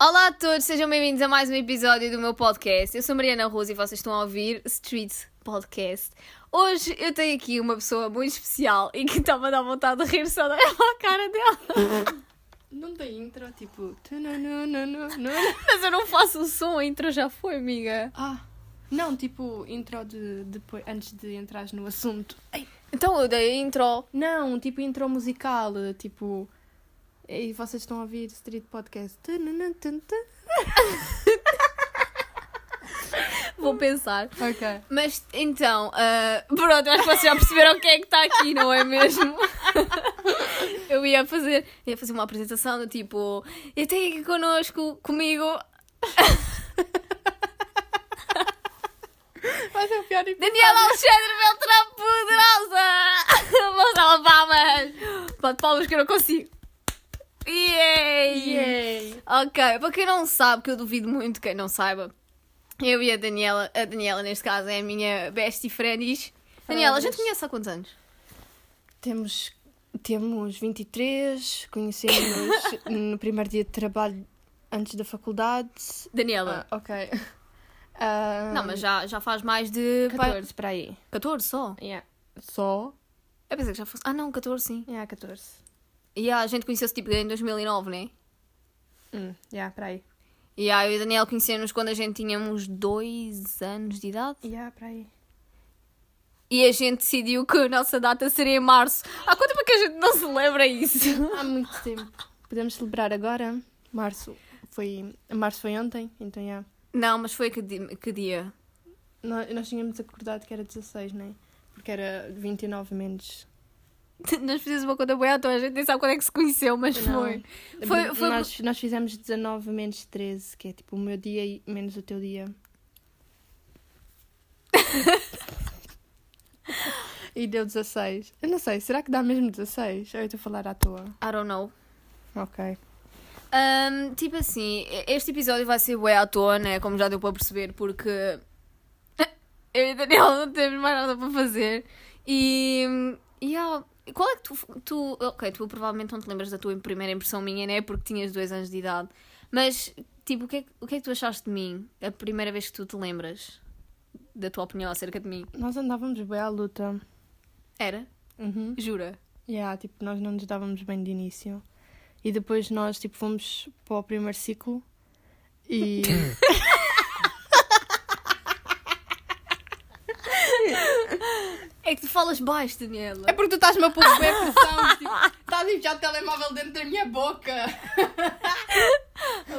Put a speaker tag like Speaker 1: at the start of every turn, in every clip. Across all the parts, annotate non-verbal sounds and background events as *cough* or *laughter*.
Speaker 1: Olá a todos, sejam bem-vindos a mais um episódio do meu podcast. Eu sou Mariana Rosa e vocês estão a ouvir Street Podcast. Hoje eu tenho aqui uma pessoa muito especial e que estava a dar vontade de rir só da *laughs* cara dela.
Speaker 2: Não tem intro, tipo. Não,
Speaker 1: Mas eu não faço o som, a intro já foi, amiga.
Speaker 2: *laughs* Ah, não, tipo, intro de depois, antes de entrares no assunto. Ei,
Speaker 1: Então eu dei a intro.
Speaker 2: não, tipo, intro musical, tipo. E vocês estão a ouvir Street Podcast.
Speaker 1: Vou pensar.
Speaker 2: Ok.
Speaker 1: Mas então, ah, pronto, acho que vocês já perceberam quem é que está aqui, não é mesmo? *laughs* Eu ia fazer, ia fazer uma apresentação do tipo, eu tenho aqui connosco, comigo,
Speaker 2: Vai ser o pior episódio.
Speaker 1: Daniela Alexandre Beltrão *laughs* Poderosa! Vamos dar palmas! Bate palmas que eu não consigo. Yay!
Speaker 2: Yay!
Speaker 1: Ok, para quem não sabe, que eu duvido muito quem não saiba, eu e a Daniela, a Daniela neste caso é a minha bestie friendies. Daniela, a gente
Speaker 2: Friendies.
Speaker 1: conhece há quantos anos?
Speaker 2: Temos, temos 23, conhecemos *laughs* no primeiro dia de trabalho antes da faculdade.
Speaker 1: Daniela.
Speaker 2: Ah, ok. Ah,
Speaker 1: Não, mas já, já faz mais de. 14.
Speaker 2: 14 para aí.
Speaker 1: 14 só?
Speaker 2: Yeah. Só?
Speaker 1: Eu pensei que já fosse. Ah, não, 14 sim.
Speaker 2: Yeah, 14.
Speaker 1: E a gente conheceu-se tipo em 2009, né?
Speaker 2: Hum, yeah, para aí.
Speaker 1: E aí eu e a Daniela conhecemos quando a gente tinha uns 2 anos de idade.
Speaker 2: Yeah, para aí.
Speaker 1: E a gente decidiu que a nossa data seria em março. Há quanto tempo é que a gente não celebra isso?
Speaker 2: Há muito tempo. Podemos celebrar agora. Março foi, março foi ontem, então já.
Speaker 1: Não, mas foi que, di- que dia?
Speaker 2: Nós, nós tínhamos acordado que era 16, não é? Porque era 29 menos.
Speaker 1: *laughs* Nós fizemos uma conta boa, então a gente nem sabe quando é que se conheceu, mas
Speaker 2: Não.
Speaker 1: foi. Foi- foi-
Speaker 2: Nós, nós fizemos 19 menos 13, que é tipo o meu dia e menos o teu dia. *laughs* e deu 16. Eu não sei, será que dá mesmo 16? Ou eu estou a falar à toa?
Speaker 1: I don't know.
Speaker 2: Ok.
Speaker 1: Ahm, tipo assim, este episódio vai ser bué à toa, né? Como já deu para perceber, porque *laughs* eu e Daniel não temos mais nada para fazer. E. e há- qual é que tu, tu. Ok, tu provavelmente não te lembras da tua primeira impressão minha, né? Porque tinhas dois anos de idade. Mas, tipo, o que, é, que- o que é que tu achaste de mim a primeira vez que tu te lembras da tua opinião acerca de mim?
Speaker 2: Nós andávamos bem à luta.
Speaker 1: Era?
Speaker 2: Uhum.
Speaker 1: Jura?
Speaker 2: Yeah, tipo, nós não nos dávamos bem de início. E depois nós, tipo, fomos para o primeiro ciclo e...
Speaker 1: É que tu falas baixo,
Speaker 2: *laughs*
Speaker 1: Daniela.
Speaker 2: É porque tu estás-me a pôr bem pressão, tipo, estás a enfiar o telemóvel dentro da minha boca.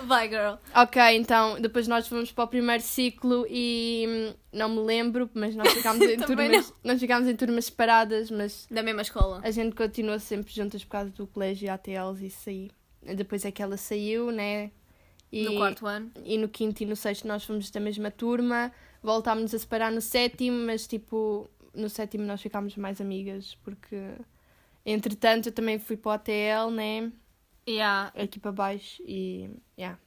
Speaker 1: Vai, girl.
Speaker 2: Ok, então, depois nós fomos para o primeiro ciclo e... hum, Não me lembro, mas nós ficámos *laughs* em
Speaker 1: Também
Speaker 2: turmas... Nós ficámos em turmas separadas, mas
Speaker 1: Da mesma escola.
Speaker 2: a gente continuou sempre juntas por causa do colégio e ATLs e isso aí. Depois é que ela saiu, né? E...
Speaker 1: No quarto ano.
Speaker 2: e no quinto e no sexto nós fomos da mesma turma, voltámos a separar no sétimo, mas tipo, no sétimo nós ficámos mais amigas, porque entretanto eu também fui para o ATL, né?
Speaker 1: Yeah.
Speaker 2: Aqui para baixo e. Yeah.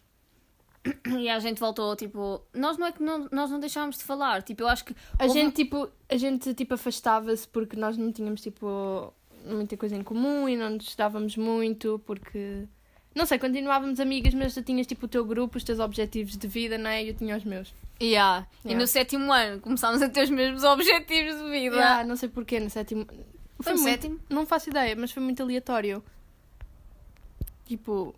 Speaker 1: E a gente voltou, tipo, nós não é que não, nós não deixávamos de falar, tipo, eu acho que
Speaker 2: A
Speaker 1: houve-
Speaker 2: gente tipo, a gente tipo afastava-se porque nós não tínhamos tipo muita coisa em comum e não nos dávamos muito, porque. Não sei, continuávamos amigas, mas tu tinhas tipo o teu grupo, os teus objetivos de vida, né? E eu tinha os meus.
Speaker 1: Yeah. um- E
Speaker 2: Yeah.
Speaker 1: no sétimo ano começámos a ter os mesmos objetivos de vida.
Speaker 2: Yeah, não sei porquê, no sétimo.
Speaker 1: Foi no
Speaker 2: muito-
Speaker 1: sétimo?
Speaker 2: Não faço ideia, mas foi muito aleatório. Tipo.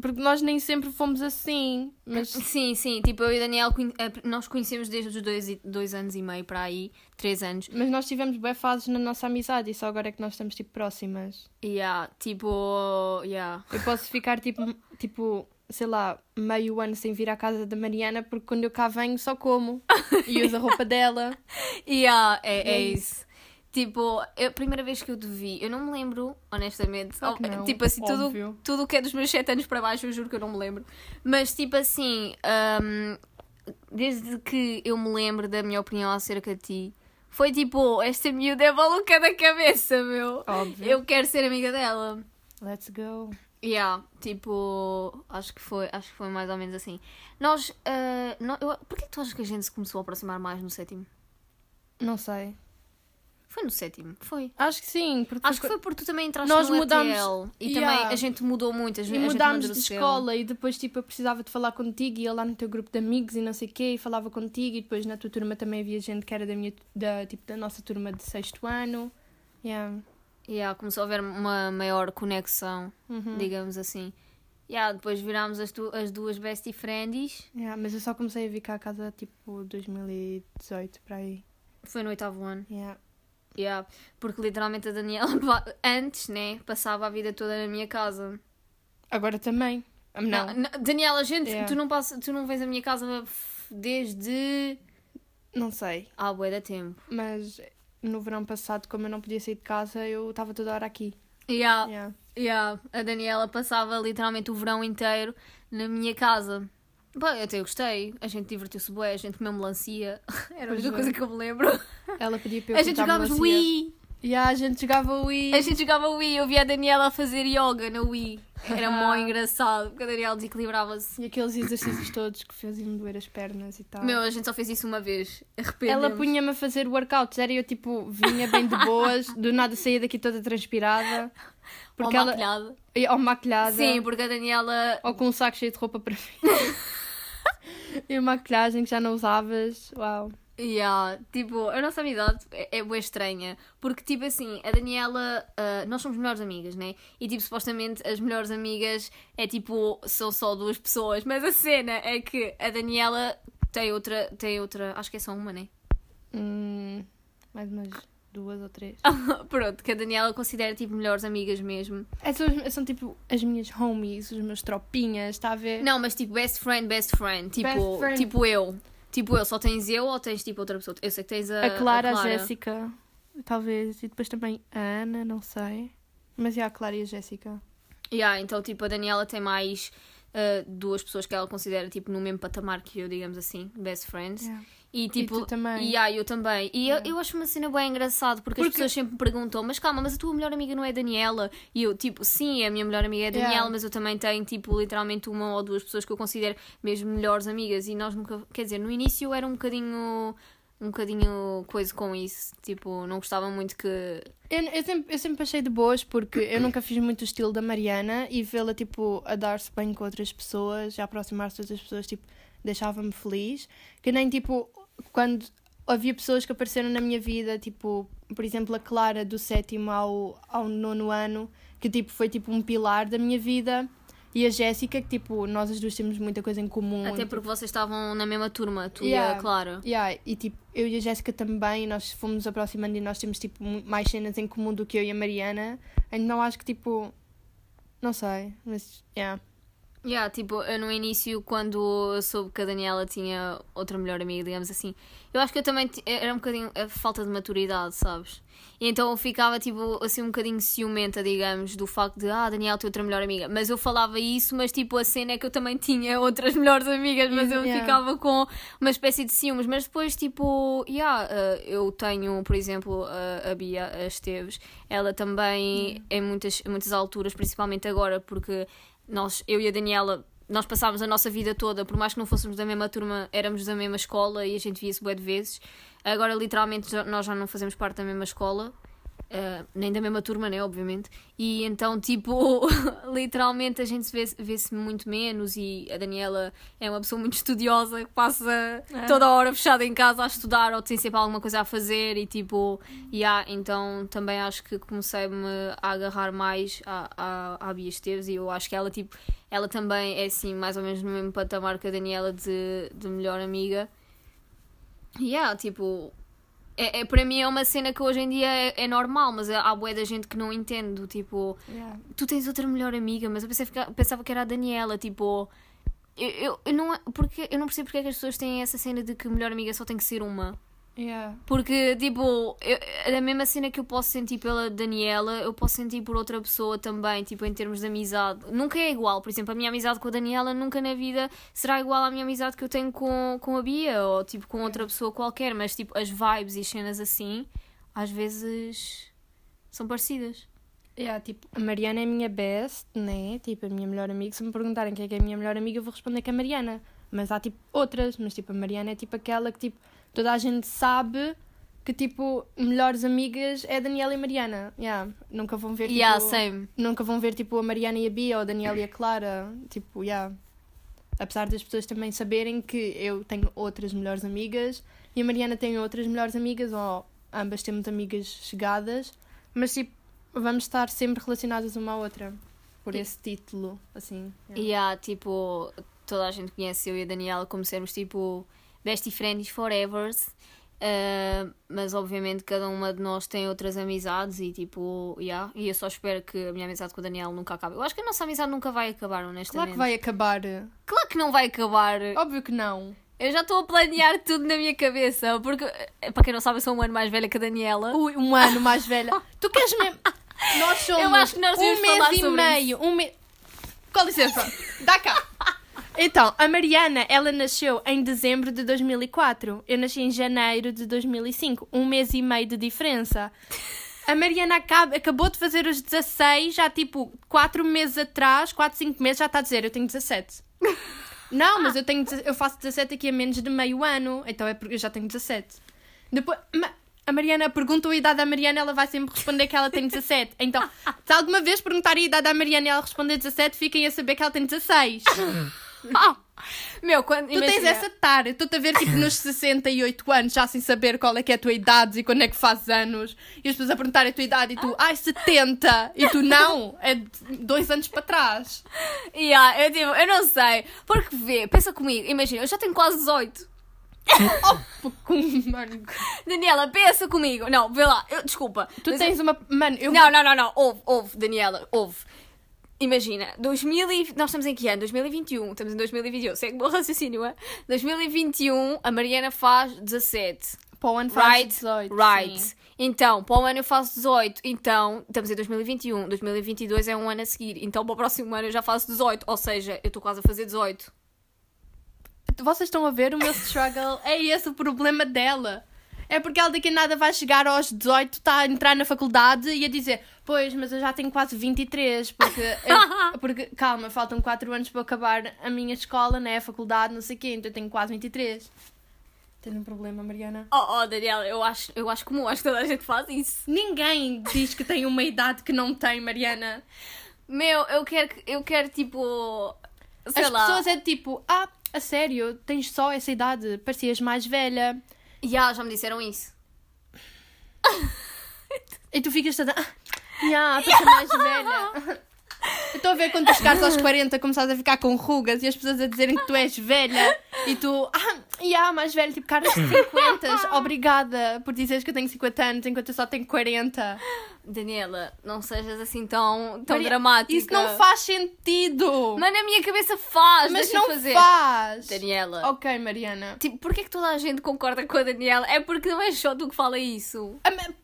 Speaker 2: Porque nós nem sempre fomos assim, mas.
Speaker 1: Sim, sim, tipo, eu e Daniel conhe- eh, nós conhecemos desde os dois, e- dois anos e meio para aí, três anos.
Speaker 2: Mas nós tivemos boas fases na nossa amizade e só agora é que nós estamos tipo próximas.
Speaker 1: Yeah, tipo, yeah.
Speaker 2: Eu posso ficar tipo, m- tipo, sei lá, meio ano sem vir à casa da Mariana porque quando eu cá venho
Speaker 1: *laughs*
Speaker 2: só como e uso a roupa dela.
Speaker 1: Yeah, é, é
Speaker 2: É
Speaker 1: isso. Tipo, eu- a primeira vez que eu te vi, eu não me lembro, honestamente.
Speaker 2: Claro que
Speaker 1: Oh,
Speaker 2: não,
Speaker 1: tipo assim, tudo,
Speaker 2: óbvio.
Speaker 1: tudo o que é dos meus 7 anos para baixo, eu juro que eu não me lembro. Mas tipo assim, hum, desde que eu me lembro da minha opinião acerca de ti, foi tipo, esta miúda é maluca da cabeça, meu.
Speaker 2: Óbvio.
Speaker 1: Eu quero ser amiga dela.
Speaker 2: Let's go.
Speaker 1: Yeah, tipo, acho que foi, acho que foi mais ou menos assim. Nós, ah, nó- eu- porquê que tu achas que a gente se começou a aproximar mais no sétimo?
Speaker 2: Não sei.
Speaker 1: Foi no sétimo, foi.
Speaker 2: Acho que sim. Porque
Speaker 1: Acho que foi porque tu também entraste
Speaker 2: Nós
Speaker 1: no
Speaker 2: mudámos-
Speaker 1: ETL e
Speaker 2: Yeah.
Speaker 1: também a gente mudou muito. A gente,
Speaker 2: E
Speaker 1: a gente
Speaker 2: mudámos de
Speaker 1: amadureceu.
Speaker 2: escola e depois tipo eu precisava de falar contigo e ia lá no teu grupo de amigos e não sei o quê e falava contigo e depois na tua turma também havia gente que era da minha da tipo da nossa turma de sexto ano. Yeah.
Speaker 1: Yeah, começou a haver uma maior conexão,
Speaker 2: Uhum.
Speaker 1: digamos assim. Yeah, depois virámos as, tu- as duas bestie friendies.
Speaker 2: Yeah, mas eu só comecei a vir cá a casa tipo 2018 para aí.
Speaker 1: Foi no oitavo ano.
Speaker 2: Yeah.
Speaker 1: Yeah, porque literalmente a Daniela *laughs* pa- antes, né, passava a vida toda na minha casa.
Speaker 2: Agora também. Ah, Não.
Speaker 1: Não, não, Daniela, gente,
Speaker 2: Yeah.
Speaker 1: tu não passa, tu não vens à minha casa f- desde
Speaker 2: Não sei,
Speaker 1: há ah, bué da tempo.
Speaker 2: mas no verão passado, como eu não podia sair de casa, eu estava toda hora aqui.
Speaker 1: Yeah,
Speaker 2: Yeah.
Speaker 1: yeah. A Daniela passava literalmente o verão inteiro na minha casa. Pá, eu até gostei. A gente divertiu-se bué, a gente comeu melancia. *laughs* Era a
Speaker 2: Pois
Speaker 1: única
Speaker 2: é.
Speaker 1: coisa que eu me lembro.
Speaker 2: Ela pedia para eu
Speaker 1: A gente
Speaker 2: cortar
Speaker 1: jogávamos
Speaker 2: melancia.
Speaker 1: Wii.
Speaker 2: Yeah, a gente jogava Wii.
Speaker 1: A gente jogava Wii, eu via a Daniela a fazer yoga na Wii. Era mó
Speaker 2: Ah.
Speaker 1: engraçado, porque a Daniela desequilibrava-se.
Speaker 2: E aqueles exercícios todos que faziam doer as pernas e tal.
Speaker 1: Meu, a gente só fez isso uma vez. Arrependemos.
Speaker 2: Ah. ela punha-me a fazer workouts, era eu tipo, vinha bem de boas, do nada saía daqui toda transpirada. Porque
Speaker 1: Ou
Speaker 2: ela.
Speaker 1: maquilhada.
Speaker 2: e- Ou maquilhada.
Speaker 1: Sim, porque a Daniela.
Speaker 2: Ou com um saco cheio de roupa para mim. *laughs* e a maquilhagem que já não usavas. Uau.
Speaker 1: Yeah, tipo, a nossa amizade é, é bué estranha. Porque, tipo assim, a Daniela. ah, nós somos melhores amigas, né? E, tipo, supostamente as melhores amigas é tipo. São só duas pessoas. Mas a cena é que a Daniela tem outra. Tem outra. Acho que é só uma, né? *laughs*
Speaker 2: Hum, mais umas duas ou três.
Speaker 1: Ah. Pronto, que a Daniela considera tipo melhores amigas mesmo.
Speaker 2: Essas são, tipo as minhas homies, os meus tropinhas, está a ver?
Speaker 1: Não, mas tipo, best friend, best friend. Tipo,
Speaker 2: Best friend.
Speaker 1: tipo eu. Tipo eu, só tens eu ou tens tipo outra pessoa? Eu sei que tens a.
Speaker 2: a Clara, a, Jéssica, talvez, e depois também a Ana, não sei. Mas é a Clara e a Jéssica.
Speaker 1: Yeah, então tipo, a Daniela tem mais ah, duas pessoas que ela considera tipo no mesmo patamar que eu, digamos assim, best friends.
Speaker 2: Yeah.
Speaker 1: E tipo.
Speaker 2: tu também.
Speaker 1: Yeah, eu também. E eu, eu acho uma cena bem engraçada porque, as
Speaker 2: Porque-
Speaker 1: pessoas sempre me perguntam: mas calma, mas a tua melhor amiga não é a Daniela? E eu, tipo, sim, a minha melhor amiga é a Daniela,
Speaker 2: Yeah.
Speaker 1: mas eu também tenho, tipo, literalmente uma ou duas pessoas que eu considero mesmo melhores amigas. E nós nunca. Quer dizer, no início eu era um bocadinho. um bocadinho coisa com isso. Tipo, não gostava muito que.
Speaker 2: Eu, eu sempre, eu sempre achei de boas porque eu nunca fiz muito o estilo da Mariana e vê-la tipo a dar-se bem com outras pessoas, a aproximar-se de outras pessoas, tipo, deixava-me feliz. Que nem tipo quando havia pessoas que apareceram na minha vida, tipo, por exemplo, a Clara do sétimo ao, ao nono ano, que tipo foi tipo um pilar da minha vida. E a Jéssica, que tipo, nós as duas temos muita coisa em comum.
Speaker 1: Até porque vocês estavam na mesma turma, tu e
Speaker 2: Yeah.
Speaker 1: a Clara.
Speaker 2: Yeah, e tipo, eu e a Jéssica também, nós fomos aproximando e nós temos tipo mu- mais cenas em comum do que eu e a Mariana. Então acho que tipo. Não sei, mas. Yeah.
Speaker 1: Yeah, tipo, eu no início, quando eu soube que a Daniela tinha outra melhor amiga, digamos assim, eu acho que eu também ti- era um bocadinho a falta de maturidade, sabes? E então eu ficava, tipo, assim, um bocadinho ciumenta, digamos, do facto de, ah, Daniela tem outra melhor amiga. Mas eu falava isso, mas tipo, a cena é que eu também tinha outras *laughs* melhores amigas, mas eu
Speaker 2: Yeah.
Speaker 1: ficava com uma espécie de ciúmes. Mas depois, tipo, yeah, eh, eu tenho, por exemplo, a, a Bia a Esteves, ela também, em muitas, em muitas alturas, principalmente agora, porque nós, eu e a Daniela, nós passámos a nossa vida toda, por mais que não fôssemos da mesma turma, éramos da mesma escola e a gente via-se bué de vezes. Agora, literalmente, já- nós já não fazemos parte da mesma escola, eh, nem da mesma turma, né, obviamente. E então, tipo, *laughs* literalmente a gente se vê- vê-se muito menos e a Daniela é uma pessoa muito estudiosa que passa toda a hora fechada em casa a estudar ou tem sempre alguma coisa a fazer e tipo, e há- então também acho que comecei-me a agarrar mais à, à, à Bia Esteves e eu acho que ela, tipo, ela também é assim, mais ou menos no mesmo patamar que a Daniela de, de melhor amiga. E há, tipo, é, é- para mim é uma cena que hoje em dia é, é normal, mas há bué da gente que não entende, do tipo,
Speaker 2: yeah.
Speaker 1: tu tens outra melhor amiga, mas eu pensei fica- pensava que era a Daniela, tipo. Eu, eu, eu não, porque, eu não percebo porque é que as pessoas têm essa cena de que melhor amiga só tem que ser uma.
Speaker 2: Yeah.
Speaker 1: Porque, tipo, eu, a mesma cena que eu posso sentir pela Daniela, eu posso sentir por outra pessoa também, tipo, em termos de amizade. Nunca é igual, por exemplo, a minha amizade com a Daniela nunca na vida será igual à minha amizade que eu tenho com, com a Bia ou, tipo, com outra pessoa qualquer, mas, tipo, as vibes e as cenas assim, às vezes, são parecidas.
Speaker 2: Yeah, tipo, a Mariana é a minha best, né? Tipo, a minha melhor amiga. Se me perguntarem quem é que é a minha melhor amiga, eu vou responder que é a Mariana. Mas há tipo outras, mas tipo, a Mariana é tipo aquela que tipo, toda a gente sabe que tipo, melhores amigas é Daniela e Mariana. Yeah. Nunca vão ver tipo,
Speaker 1: Yeah, same.
Speaker 2: nunca vão ver tipo a Mariana e a Bia ou a Daniela e a Clara. Tipo, yeah. Apesar das pessoas também saberem que eu tenho outras melhores amigas e a Mariana tem outras melhores amigas, ou ambas temos amigas chegadas, mas tipo, vamos estar sempre relacionadas uma à outra. Por
Speaker 1: E- É,
Speaker 2: esse título, assim. yeah.
Speaker 1: E há, tipo, toda a gente conhece eu e a Daniela como sermos, tipo, best friends forever. Ah, mas obviamente cada uma de nós tem outras amizades e tipo, yeah, e eu só espero que a minha amizade com a Daniela nunca acabe. Eu acho que a nossa amizade nunca vai acabar, honestamente.
Speaker 2: Claro que vai Oh. acabar.
Speaker 1: Claro que não vai acabar.
Speaker 2: Óbvio que não.
Speaker 1: Eu já estou a planear tudo na minha cabeça, porque, eh, para quem não sabe, eu sou um ano mais velha que a Daniela.
Speaker 2: Ui, um ano mais velha. *laughs* Tu queres mesmo. Nós somos
Speaker 1: Eu acho que nós
Speaker 2: um
Speaker 1: devíamos
Speaker 2: mês
Speaker 1: falar
Speaker 2: e
Speaker 1: sobre
Speaker 2: meio. Um mês. Com licença, dá cá. *laughs* Então, a Mariana, ela nasceu em dezembro de 2004. Eu nasci em janeiro de 2005. Um mês e meio de diferença. A Mariana acaba- acabou de fazer os 16, já tipo 4 meses atrás, 4, 5 meses, já está a dizer: Eu tenho 17. Não, mas eu, tenho, deze- eu faço 17 aqui a menos de meio ano, então é porque eu já tenho 17. Depois, ma- a Mariana pergunta a idade da Mariana, ela vai sempre responder que ela tem 17. *laughs* Então, se alguma vez perguntarem a idade da Mariana e ela responder 17, fiquem a saber que ela tem 16. tu
Speaker 1: Ah! Meu, quando.
Speaker 2: tens
Speaker 1: imagina-
Speaker 2: essa tara, estou-te a ver tipo nos 68 anos, já sem saber qual é que é a tua idade e quando é que fazes anos, e as pessoas a perguntarem a tua idade e tu, ai, 70, e tu não, é de- dois anos para trás.
Speaker 1: Yeah, eu, tipo, eu não sei. Porque vê, pensa comigo, imagina, eu já tenho quase 18.
Speaker 2: Pô, com- *laughs* Mano,
Speaker 1: Daniela, pensa comigo. Não, vê lá, eu- desculpa.
Speaker 2: tu
Speaker 1: mas
Speaker 2: tens uma. Mano, eu.
Speaker 1: eu- Não, não, não, não, ouve, ouve, Daniela, ouve. Imagina, 2000 e... nós estamos em que ano? 2021, estamos em 2021, segue o meu raciocínio, é? 2021, a Mariana faz 17.
Speaker 2: Para o ano faz
Speaker 1: Right,
Speaker 2: 18.
Speaker 1: right.
Speaker 2: sim.
Speaker 1: Então, para o ano eu faço 18. Então, estamos em 2021. 2022 é um ano a seguir. Então, para o próximo ano eu já faço 18. Ou seja, eu estou quase a fazer 18.
Speaker 2: Vocês estão a ver o meu struggle? É esse o problema dela. É porque ela daqui a nada vai chegar aos 18, está a entrar na faculdade e a dizer: Pois, mas eu já tenho quase 23, porque,
Speaker 1: *laughs*
Speaker 2: eu- porque calma, faltam 4 anos para eu acabar a minha escola, né? A faculdade, não sei o quê, então eu tenho quase 23. Tens um problema, Mariana?
Speaker 1: Oh, oh Daniela, eu acho, eu acho comum, acho que toda a gente faz isso.
Speaker 2: Ninguém diz que tem uma idade que não tem, Mariana.
Speaker 1: Meu, eu quero, que- eu quero tipo. Sei
Speaker 2: As
Speaker 1: lá.
Speaker 2: pessoas é tipo: Ah, a sério, tens só essa idade, parecias mais velha.
Speaker 1: Ya, já me disseram isso.
Speaker 2: E tu ficas toda. "Ah, Ya, para ser mais velha. *laughs* Eu estou a ver quando tu chegares aos 40 começares a ficar com rugas e as pessoas a dizerem que tu és velha e tu, ah, ya, mais velha, tipo, *laughs* caras de 50, obrigada por dizeres que eu tenho 50 anos enquanto eu só tenho 40.
Speaker 1: Daniela, não sejas assim tão, tão
Speaker 2: Maria,
Speaker 1: dramática.
Speaker 2: Isso não faz sentido!
Speaker 1: Mas
Speaker 2: Mas,
Speaker 1: na minha cabeça faz, deixa eu
Speaker 2: não
Speaker 1: fazer.
Speaker 2: faz!
Speaker 1: Daniela.
Speaker 2: Ok, *laughs* Mariana.
Speaker 1: Tipo, porquê que toda a gente concorda com a Daniela? É porque não é só tu que fala isso.
Speaker 2: Ah, mas-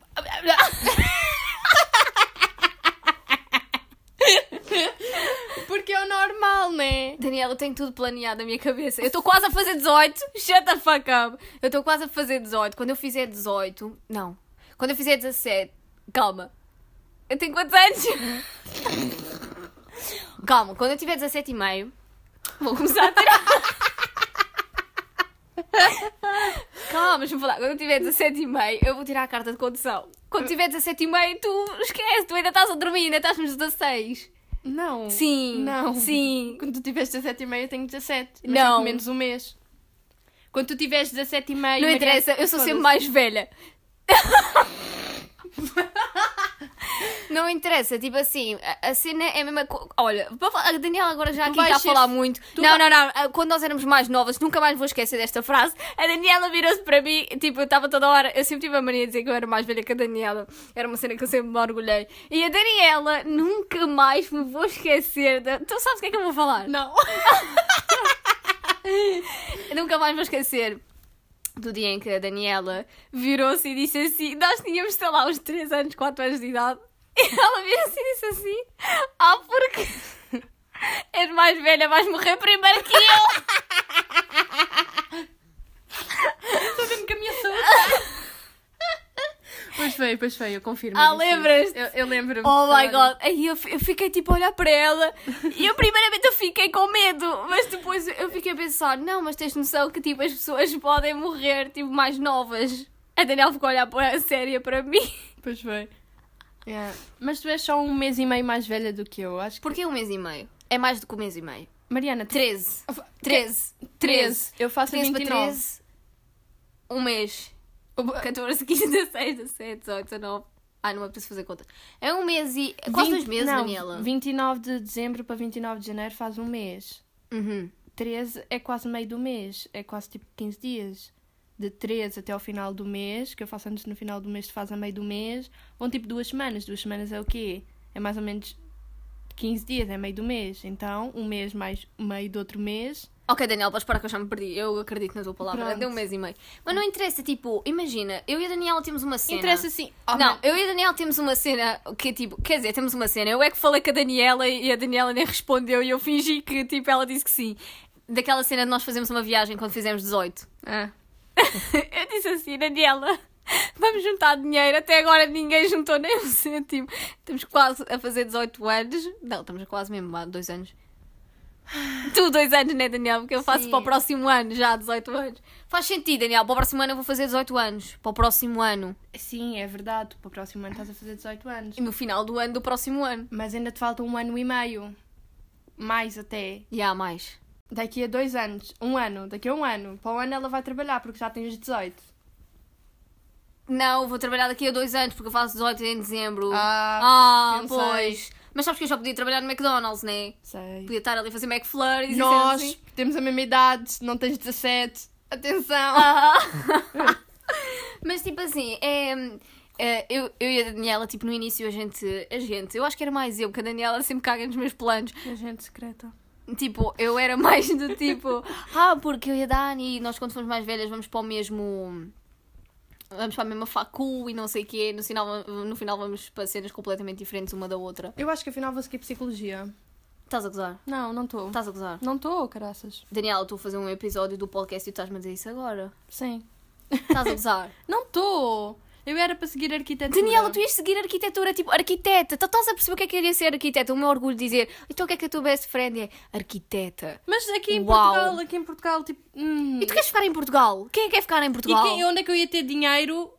Speaker 2: Porque é o normal, né?
Speaker 1: Daniela, eu tenho tudo planeado na minha cabeça. Eu estou quase a fazer 18. Shut the fuck up. Eu estou quase a fazer 18. Quando eu fizer 18. Não. Quando eu fizer 17. Calma. Eu tenho quantos anos? *laughs* calma, quando eu tiver 17 e meio. Vou começar a tirar. *laughs* calma, deixa-me falar. Quando eu tiver 17 e meio, eu vou tirar a carta de condução. Quando tiver 17 e meio, tu esquece. Tu ainda estás a dormir, ainda estás nos 16.
Speaker 2: Não.
Speaker 1: Sim.
Speaker 2: Não.
Speaker 1: Sim.
Speaker 2: Quando tu tiveres 17 e meio, eu tenho 17. Mas
Speaker 1: Não.
Speaker 2: não. menos um mês. Quando tu tiveres 17 e meio...
Speaker 1: Não interessa, eu sou sempre mais velha. *laughs* Não interessa, tipo assim, a, a cena é a mesma coisa. Olha, para fa- a Daniela agora já aqui
Speaker 2: vais
Speaker 1: está a
Speaker 2: ser-
Speaker 1: falar muito.
Speaker 2: tu
Speaker 1: Não,
Speaker 2: vai-
Speaker 1: não, não, ah, quando nós éramos mais novas, nunca mais vou esquecer desta frase. A Daniela virou-se para mim, tipo, eu estava toda hora, eu sempre tive a mania de dizer que eu era mais velha que a Daniela. Era uma cena que eu sempre me orgulhei. E a Daniela, nunca mais me vou esquecer. Da... Tu sabes o que é que eu vou falar?
Speaker 2: Não.
Speaker 1: *laughs* Eu nunca mais vou esquecer do dia em que a Daniela virou-se e disse assim: Nós tínhamos, sei lá, uns 3 anos, 4 anos de idade. *laughs* E ela virou-se e disse assim: Ah, porque *laughs* és mais velha, vais morrer primeiro que eu.
Speaker 2: *laughs* Estou vendo que a minha saúde... pois foi, pois foi, eu confirmo.
Speaker 1: Ah,
Speaker 2: isso.
Speaker 1: lembras-te?
Speaker 2: Eu, eu lembro-me.
Speaker 1: Oh my
Speaker 2: claro.
Speaker 1: god. Aí eu, fi- eu fiquei tipo a olhar para ela e eu primeiramente eu fiquei com medo, mas depois eu fiquei a pensar: Não, mas tens noção que tipo as pessoas podem morrer tipo mais novas. A a Daniela ficou a olhar para- séria para mim.
Speaker 2: Pois bem. Mas tu és só um mês e meio mais velha do que eu, acho que.
Speaker 1: Porquê um mês e meio? É mais do que um mês e meio.
Speaker 2: Mariana,
Speaker 1: 13. 13.
Speaker 2: 13. Eu faço
Speaker 1: 13 para
Speaker 2: 29.
Speaker 1: 13. Um mês. 14, 15, 16, 17, 18, 19. Ai, não é preciso fazer conta. É um mês e. Quase dois
Speaker 2: 20
Speaker 1: meses,
Speaker 2: não,
Speaker 1: Daniela.
Speaker 2: 29 de dezembro para 29 de janeiro faz um mês.
Speaker 1: Uhum.
Speaker 2: 13 é quase meio do mês, é quase tipo 15 dias. De 13 até ao final do mês, que eu faço antes no final do mês, tu fazes a meio do mês, vão tipo duas semanas. Duas semanas é o quê? É mais ou menos 15 dias, é meio do mês. Então, um mês mais meio do outro mês.
Speaker 1: Ok, Daniel, podes parar que eu já me perdi. Eu acredito na tua palavra.
Speaker 2: Pronto.
Speaker 1: Deu um mês e meio. Mas não interessa, tipo, imagina, eu e a Daniela temos uma cena.
Speaker 2: Interessa sim. Oh,
Speaker 1: Não,
Speaker 2: mano,
Speaker 1: eu e a Daniela temos uma cena que tipo, quer dizer, temos uma cena. Eu é que falei com a Daniela e a Daniela nem respondeu e eu fingi que tipo ela disse que sim. Daquela cena de nós fazemos uma viagem quando fizemos 18.
Speaker 2: Ah.
Speaker 1: *laughs* eu disse assim, Daniela, vamos juntar dinheiro. Até agora ninguém juntou nem um cêntimo. Estamos quase a fazer 18 anos. Não, estamos quase mesmo há dois anos. Tu, dois anos, né, Daniel? Porque eu faço
Speaker 2: Sim.
Speaker 1: para o próximo ano já, 18 anos. Faz sentido, Daniel. Para o próximo ano eu vou fazer 18 anos. Para o próximo ano.
Speaker 2: Sim, é verdade. Para o próximo ano estás a fazer 18 anos.
Speaker 1: E no final do ano do próximo ano.
Speaker 2: Mas ainda te falta um ano e meio. Mais até.
Speaker 1: E há mais.
Speaker 2: Daqui a dois anos. Um ano. Daqui a um ano. Para o ano ela vai trabalhar porque já tens 18.
Speaker 1: Não, vou trabalhar daqui a dois anos porque eu faço 18 em dezembro.
Speaker 2: Ah,
Speaker 1: Ah, pois. Mas sabes que eu já podia trabalhar no McDonald's, né?
Speaker 2: Sei.
Speaker 1: Podia estar ali a fazer McFlurry e
Speaker 2: Nós
Speaker 1: assim.
Speaker 2: temos a mesma idade, não tens 17. Atenção!
Speaker 1: Ah. *laughs* Mas tipo assim, é. é, eu, eu e a Daniela, tipo, no início a gente, a gente. Eu acho que era mais eu, porque a Daniela sempre caga nos meus planos.
Speaker 2: gente secreta.
Speaker 1: Tipo, eu era *laughs* mais do tipo, ah, porque eu e a Dani, nós quando formos mais velhas vamos para o mesmo. Vamos para a mesma facu e não sei o quê. No final, no final vamos para cenas completamente diferentes uma da outra.
Speaker 2: Eu acho que afinal vou seguir psicologia.
Speaker 1: Estás a gozar?
Speaker 2: Não, não estou.
Speaker 1: Estás a gozar?
Speaker 2: Não estou, caraças.
Speaker 1: Daniela, estou a fazer um episódio do podcast e tu estás-me a dizer isso agora.
Speaker 2: Sim.
Speaker 1: Estás a gozar?
Speaker 2: Não estou! Eu era para seguir
Speaker 1: *laughs*
Speaker 2: arquitetura.
Speaker 1: Daniela, tu ias seguir arquitetura, tipo, arquiteta. Tu estás a perceber o que é que eu iria ser arquiteta? O meu orgulho de dizer, então o que é que a tua best friend é? Arquiteta.
Speaker 2: Mas aqui em
Speaker 1: Uau.
Speaker 2: Portugal, aqui em Portugal, tipo. hum.
Speaker 1: E tu queres ficar em Portugal? Quem é que quer ficar em
Speaker 2: E
Speaker 1: Portugal?
Speaker 2: quem- onde é que eu ia ter dinheiro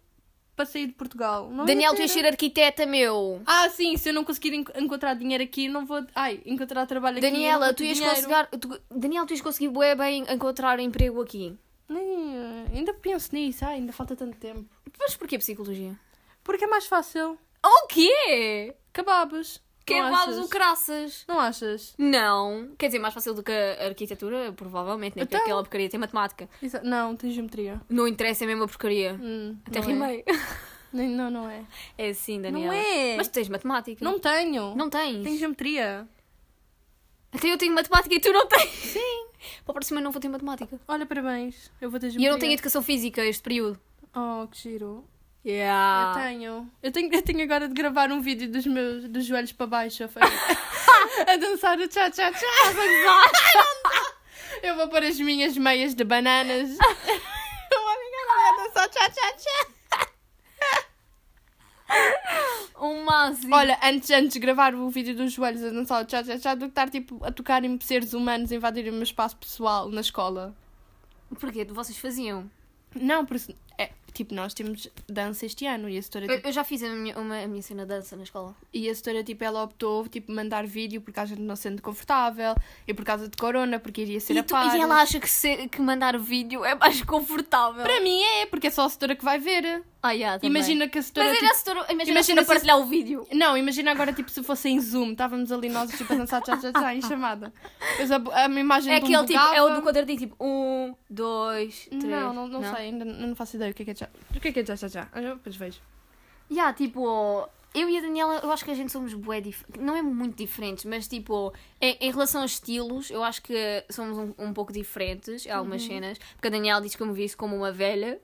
Speaker 2: para sair de Portugal? Não ia
Speaker 1: Daniel, tu
Speaker 2: ter.
Speaker 1: ias ser arquiteta, meu.
Speaker 2: Ah, sim, se eu não conseguir enco- encontrar dinheiro aqui, não vou. Ai, encontrar trabalho aqui.
Speaker 1: Daniela,
Speaker 2: não vou
Speaker 1: tu
Speaker 2: ter
Speaker 1: ias
Speaker 2: dinheiro.
Speaker 1: conseguir. tu- Daniel, tu ias conseguir bué bem encontrar emprego aqui.
Speaker 2: Nem, eh, ainda penso nisso, ai, ainda falta tanto tempo.
Speaker 1: Mas porquê psicologia?
Speaker 2: Porque é mais fácil.
Speaker 1: O quê?
Speaker 2: Kebabs.
Speaker 1: Quem
Speaker 2: não
Speaker 1: vales
Speaker 2: achas?
Speaker 1: o craças?
Speaker 2: Não achas?
Speaker 1: Não. Quer dizer, mais fácil do que a arquitetura, provavelmente, né? Porque
Speaker 2: Então.
Speaker 1: aquela porcaria tem matemática.
Speaker 2: Exa- Não, tem geometria.
Speaker 1: Não interessa, é mesmo a porcaria.
Speaker 2: Hum,
Speaker 1: Até
Speaker 2: não
Speaker 1: rimei.
Speaker 2: É. *laughs* Nem- Não, não é.
Speaker 1: É assim, Daniela.
Speaker 2: é.
Speaker 1: Mas tu tens matemática.
Speaker 2: Não tenho.
Speaker 1: Não tens.
Speaker 2: Tenho geometria.
Speaker 1: Até eu tenho matemática e tu não tens. Sim. Para a próxima eu não vou ter matemática.
Speaker 2: Olha, parabéns. Eu vou ter
Speaker 1: E
Speaker 2: geometria.
Speaker 1: eu não tenho educação física este período.
Speaker 2: Oh, que giro.
Speaker 1: Yeah.
Speaker 2: Eu tenho. Eu tenho. Eu tenho agora de gravar um vídeo dos meus dos joelhos para baixo.
Speaker 1: *laughs*
Speaker 2: Eu falei- a dançar o tchá tchá tchá. *laughs* Eu vou pôr as minhas meias de bananas.
Speaker 1: *laughs*
Speaker 2: Eu vou ficar ali a dançar tchá tchá tchá.
Speaker 1: Um máximo.
Speaker 2: Olha, antes, antes de gravar o vídeo dos joelhos a dançar o tchá tchá tchá do que estar tipo a tocar em seres humanos invadirem o meu espaço pessoal na escola.
Speaker 1: Porquê? Vocês faziam?
Speaker 2: Não, porque é, tipo, nós temos dança este ano e a setora,
Speaker 1: Eu,
Speaker 2: tipo,
Speaker 1: eu já fiz a minha, uma, a minha cena de dança na escola.
Speaker 2: e a setora tipo, ela optou tipo, mandar vídeo porque a gente não se sente confortável e por causa de corona, porque iria ser
Speaker 1: E,
Speaker 2: a
Speaker 1: tu-
Speaker 2: par.
Speaker 1: e ela acha que, se- que mandar vídeo é mais confortável.
Speaker 2: Para mim é, porque é só a setora que vai ver.
Speaker 1: Ah, yeah, também.
Speaker 2: Imagina que a setora.
Speaker 1: Mas
Speaker 2: tipo,
Speaker 1: era se tu- imagina,
Speaker 2: imagina
Speaker 1: se eu não
Speaker 2: se-
Speaker 1: partilhar o vídeo.
Speaker 2: Não, imagina agora tipo se fosse em Zoom, estávamos ali nós tipo, a dançar tchá tchá tchá em chamada. Depois a, a minha imagem
Speaker 1: É
Speaker 2: de um
Speaker 1: aquele tipo, é o do
Speaker 2: bugava.
Speaker 1: quadradinho, tipo, um, dois, três.
Speaker 2: Não, não, não, sei, ainda não não faço ideia o que é que é tchá. O que é que é tchá tchá tchá? Ah, eu Depois vejo.
Speaker 1: Ya, tipo, eu e a Daniela, eu acho que a gente somos bué dif- Não é muito diferentes, mas tipo, em, em relação aos estilos, eu acho que somos um, um pouco diferentes em algumas cenas. Porque a Daniela diz que eu me visto como uma velha.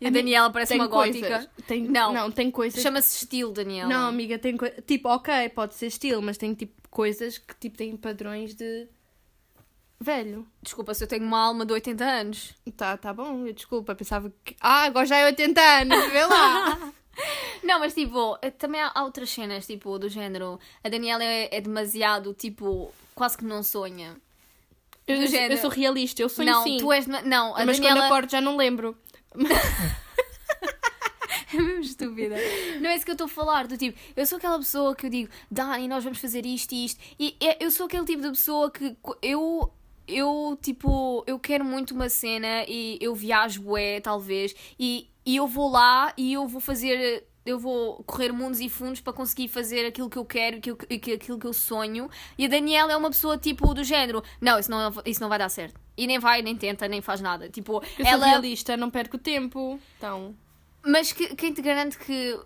Speaker 1: E a,
Speaker 2: Uhum. A mim-
Speaker 1: Daniela parece uma gótica.
Speaker 2: coisas. Tem,
Speaker 1: Não.
Speaker 2: não. não, tem coisas
Speaker 1: Chama-se estilo, Daniela.
Speaker 2: Não, amiga, tem coi- tipo, ok, pode ser estilo, mas tem tipo coisas que tipo têm padrões de velho.
Speaker 1: Desculpa se eu tenho uma alma de 80 anos.
Speaker 2: Tá, tá bom, eu desculpa, pensava que ah, agora já é 80 anos, vê lá.
Speaker 1: *laughs* Não, mas tipo, eh, também há há outras cenas, tipo, do género. A Daniela é, é demasiado, tipo, quase que não sonha.
Speaker 2: eu,
Speaker 1: Do
Speaker 2: eu-
Speaker 1: género.
Speaker 2: eu sou realista, eu sonho
Speaker 1: não,
Speaker 2: sim.
Speaker 1: tu és. dema- Não, a
Speaker 2: mas quando
Speaker 1: Daniela.
Speaker 2: acordo já não lembro.
Speaker 1: É estúpida. Não é isso que eu estou a falar, do tipo, eu sou aquela pessoa que eu digo, Dani, nós vamos fazer isto e isto. E é- eu sou aquele tipo de pessoa que co- eu eu tipo, eu quero muito uma cena e eu viajo bué, talvez, e, e eu vou lá e eu vou fazer eu vou correr mundos e fundos para conseguir fazer aquilo que eu quero e que eu- e que- aquilo que eu sonho. E a Daniela é uma pessoa tipo do género, não, isso não, isso não vai dar certo. E nem vai, nem tenta, nem faz nada. Tipo,
Speaker 2: Eu sou
Speaker 1: ela
Speaker 2: realista, não perco tempo. Então,
Speaker 1: mas que- quem te garante que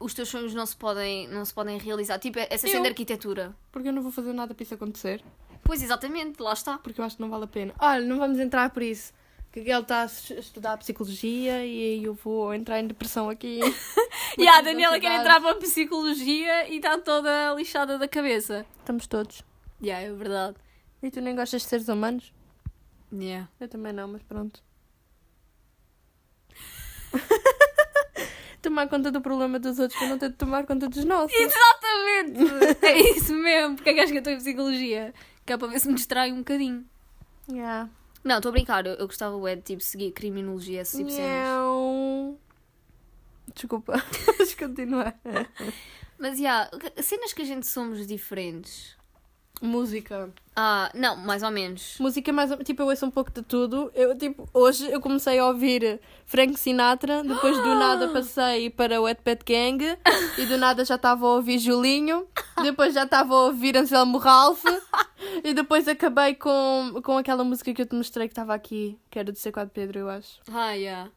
Speaker 1: os teus sonhos não se podem, não se podem realizar? Tipo, essa cena
Speaker 2: Eu.
Speaker 1: de arquitetura.
Speaker 2: porque eu não vou fazer nada para isso acontecer.
Speaker 1: Pois, exatamente, lá *laughs* está.
Speaker 2: Porque eu acho que não vale a pena. Olha, não vamos entrar por isso. Que ele está a s- estudar psicologia e aí eu vou entrar em
Speaker 1: *laughs*
Speaker 2: depressão aqui.
Speaker 1: e a Daniela
Speaker 2: ansiedade.
Speaker 1: quer entrar para a psicologia e está toda lixada da cabeça.
Speaker 2: Estamos todos.
Speaker 1: Yeah, é verdade.
Speaker 2: E tu nem gostas de seres humanos?
Speaker 1: Yeah.
Speaker 2: Eu também não, mas
Speaker 1: *laughs*
Speaker 2: pronto. tomar conta do problema dos outros para não ter de tomar conta dos nossos.
Speaker 1: Então- Exatamente! *laughs* é isso mesmo. Porque é que acho que eu estou em psicologia? Que é para ver se me distrai um bocadinho.
Speaker 2: Yeah.
Speaker 1: Não, estou a brincar. Eu, eu gostava bué de tipo, seguir criminologia, esse tipo de cenas.
Speaker 2: Miau. Desculpa, *laughs* vamos continuar.
Speaker 1: Mas, yeah, cenas que a gente somos diferentes.
Speaker 2: Música.
Speaker 1: Ah, não, mais ou menos.
Speaker 2: Música é mais. ou- Tipo, eu ouço um pouco de tudo. Eu, tipo, hoje eu comecei a ouvir Frank Sinatra, depois do nada
Speaker 1: *gasps*
Speaker 2: passei para o Wetpad Gang, e do nada já estava a ouvir Julinho, depois já estava a ouvir Anselmo Ralph, e depois acabei com, com aquela música que eu te mostrei que estava aqui, que era do C4 Pedro, eu acho.
Speaker 1: Ah, yeah.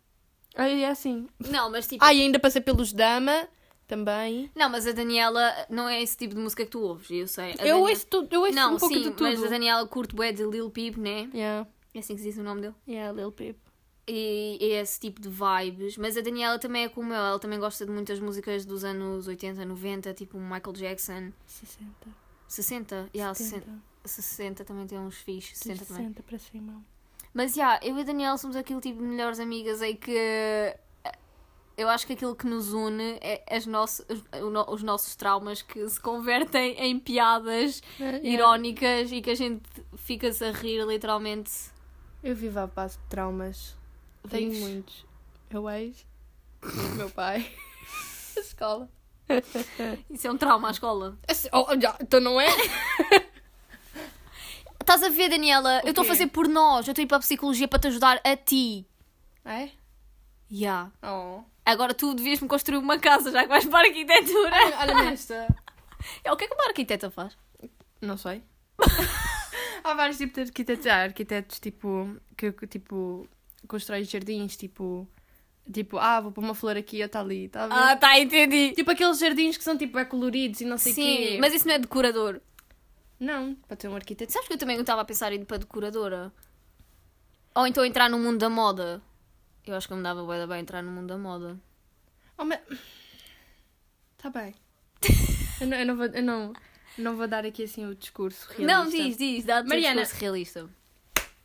Speaker 2: Aí é assim.
Speaker 1: Não, mas tipo.
Speaker 2: Ah, e ainda passei pelos Dama também.
Speaker 1: Não, mas a Daniela não é esse tipo de música que tu ouves, eu sei. A
Speaker 2: Eu
Speaker 1: Daniela-
Speaker 2: ouço, tudo, eu ouço
Speaker 1: Não,
Speaker 2: um pouco
Speaker 1: sim,
Speaker 2: de tudo.
Speaker 1: mas a Daniela curte bué de Lil Peep, né?
Speaker 2: Yeah,
Speaker 1: É assim que se diz o nome dele.
Speaker 2: yeah, Lil Peep.
Speaker 1: E é esse tipo de vibes. Mas a Daniela também é como eu, ela também gosta de muitas músicas dos anos 80, 90, tipo Michael Jackson,
Speaker 2: 60,
Speaker 1: 60. Yeah, 60.
Speaker 2: 70,
Speaker 1: 60 também tem uns fixe, 60
Speaker 2: 60,
Speaker 1: também.
Speaker 2: para cima.
Speaker 1: Mas já, eu e a Daniela somos aquele tipo de melhores amigas em que. eh, Eu acho que aquilo que nos une é as nosso, os, o no- os nossos traumas que se convertem em piadas
Speaker 2: É,
Speaker 1: irónicas e que a gente fica-se a rir literalmente.
Speaker 2: Eu vivo à base de traumas. Tenho
Speaker 1: Vives?
Speaker 2: muitos. Eu *laughs* ex, meu pai, a *laughs* escola.
Speaker 1: Isso é um trauma à escola.
Speaker 2: Oh, já, então não é?
Speaker 1: Estás a ver, Daniela?
Speaker 2: O
Speaker 1: eu estou a
Speaker 2: quê?
Speaker 1: fazer por nós. Eu estou a ir para a psicologia para te ajudar a ti.
Speaker 2: É?
Speaker 1: Já.
Speaker 2: Oh.
Speaker 1: Agora tu devias me construir uma casa, já que vais para a arquitetura.
Speaker 2: Olha-me esta.
Speaker 1: Ah, É, o que é que uma arquiteta faz?
Speaker 2: Não sei. *laughs* Há vários tipos de arquitetos. Há arquitetos tipo que que, tipo constroem jardins, tipo tipo, ah, vou pôr uma flor aqui ou está ali, tá a ver?
Speaker 1: Ah, tá, entendi.
Speaker 2: Tipo aqueles jardins que são tipo é coloridos e não sei
Speaker 1: Sim,
Speaker 2: o quê.
Speaker 1: mas isso não é decorador.
Speaker 2: não, para ter um arquiteto.
Speaker 1: Sabes que eu também estava a pensar em ir para decoradora? Ou então entrar no mundo da moda. Eu acho que eu me dava bué bem entrar no mundo da moda.
Speaker 2: Oh, mas... Tá bem. eu, não, eu não vou eu não não vou dar aqui assim o discurso realista.
Speaker 1: Não, diz, diz, dá
Speaker 2: Mariana.
Speaker 1: Mariana. realista.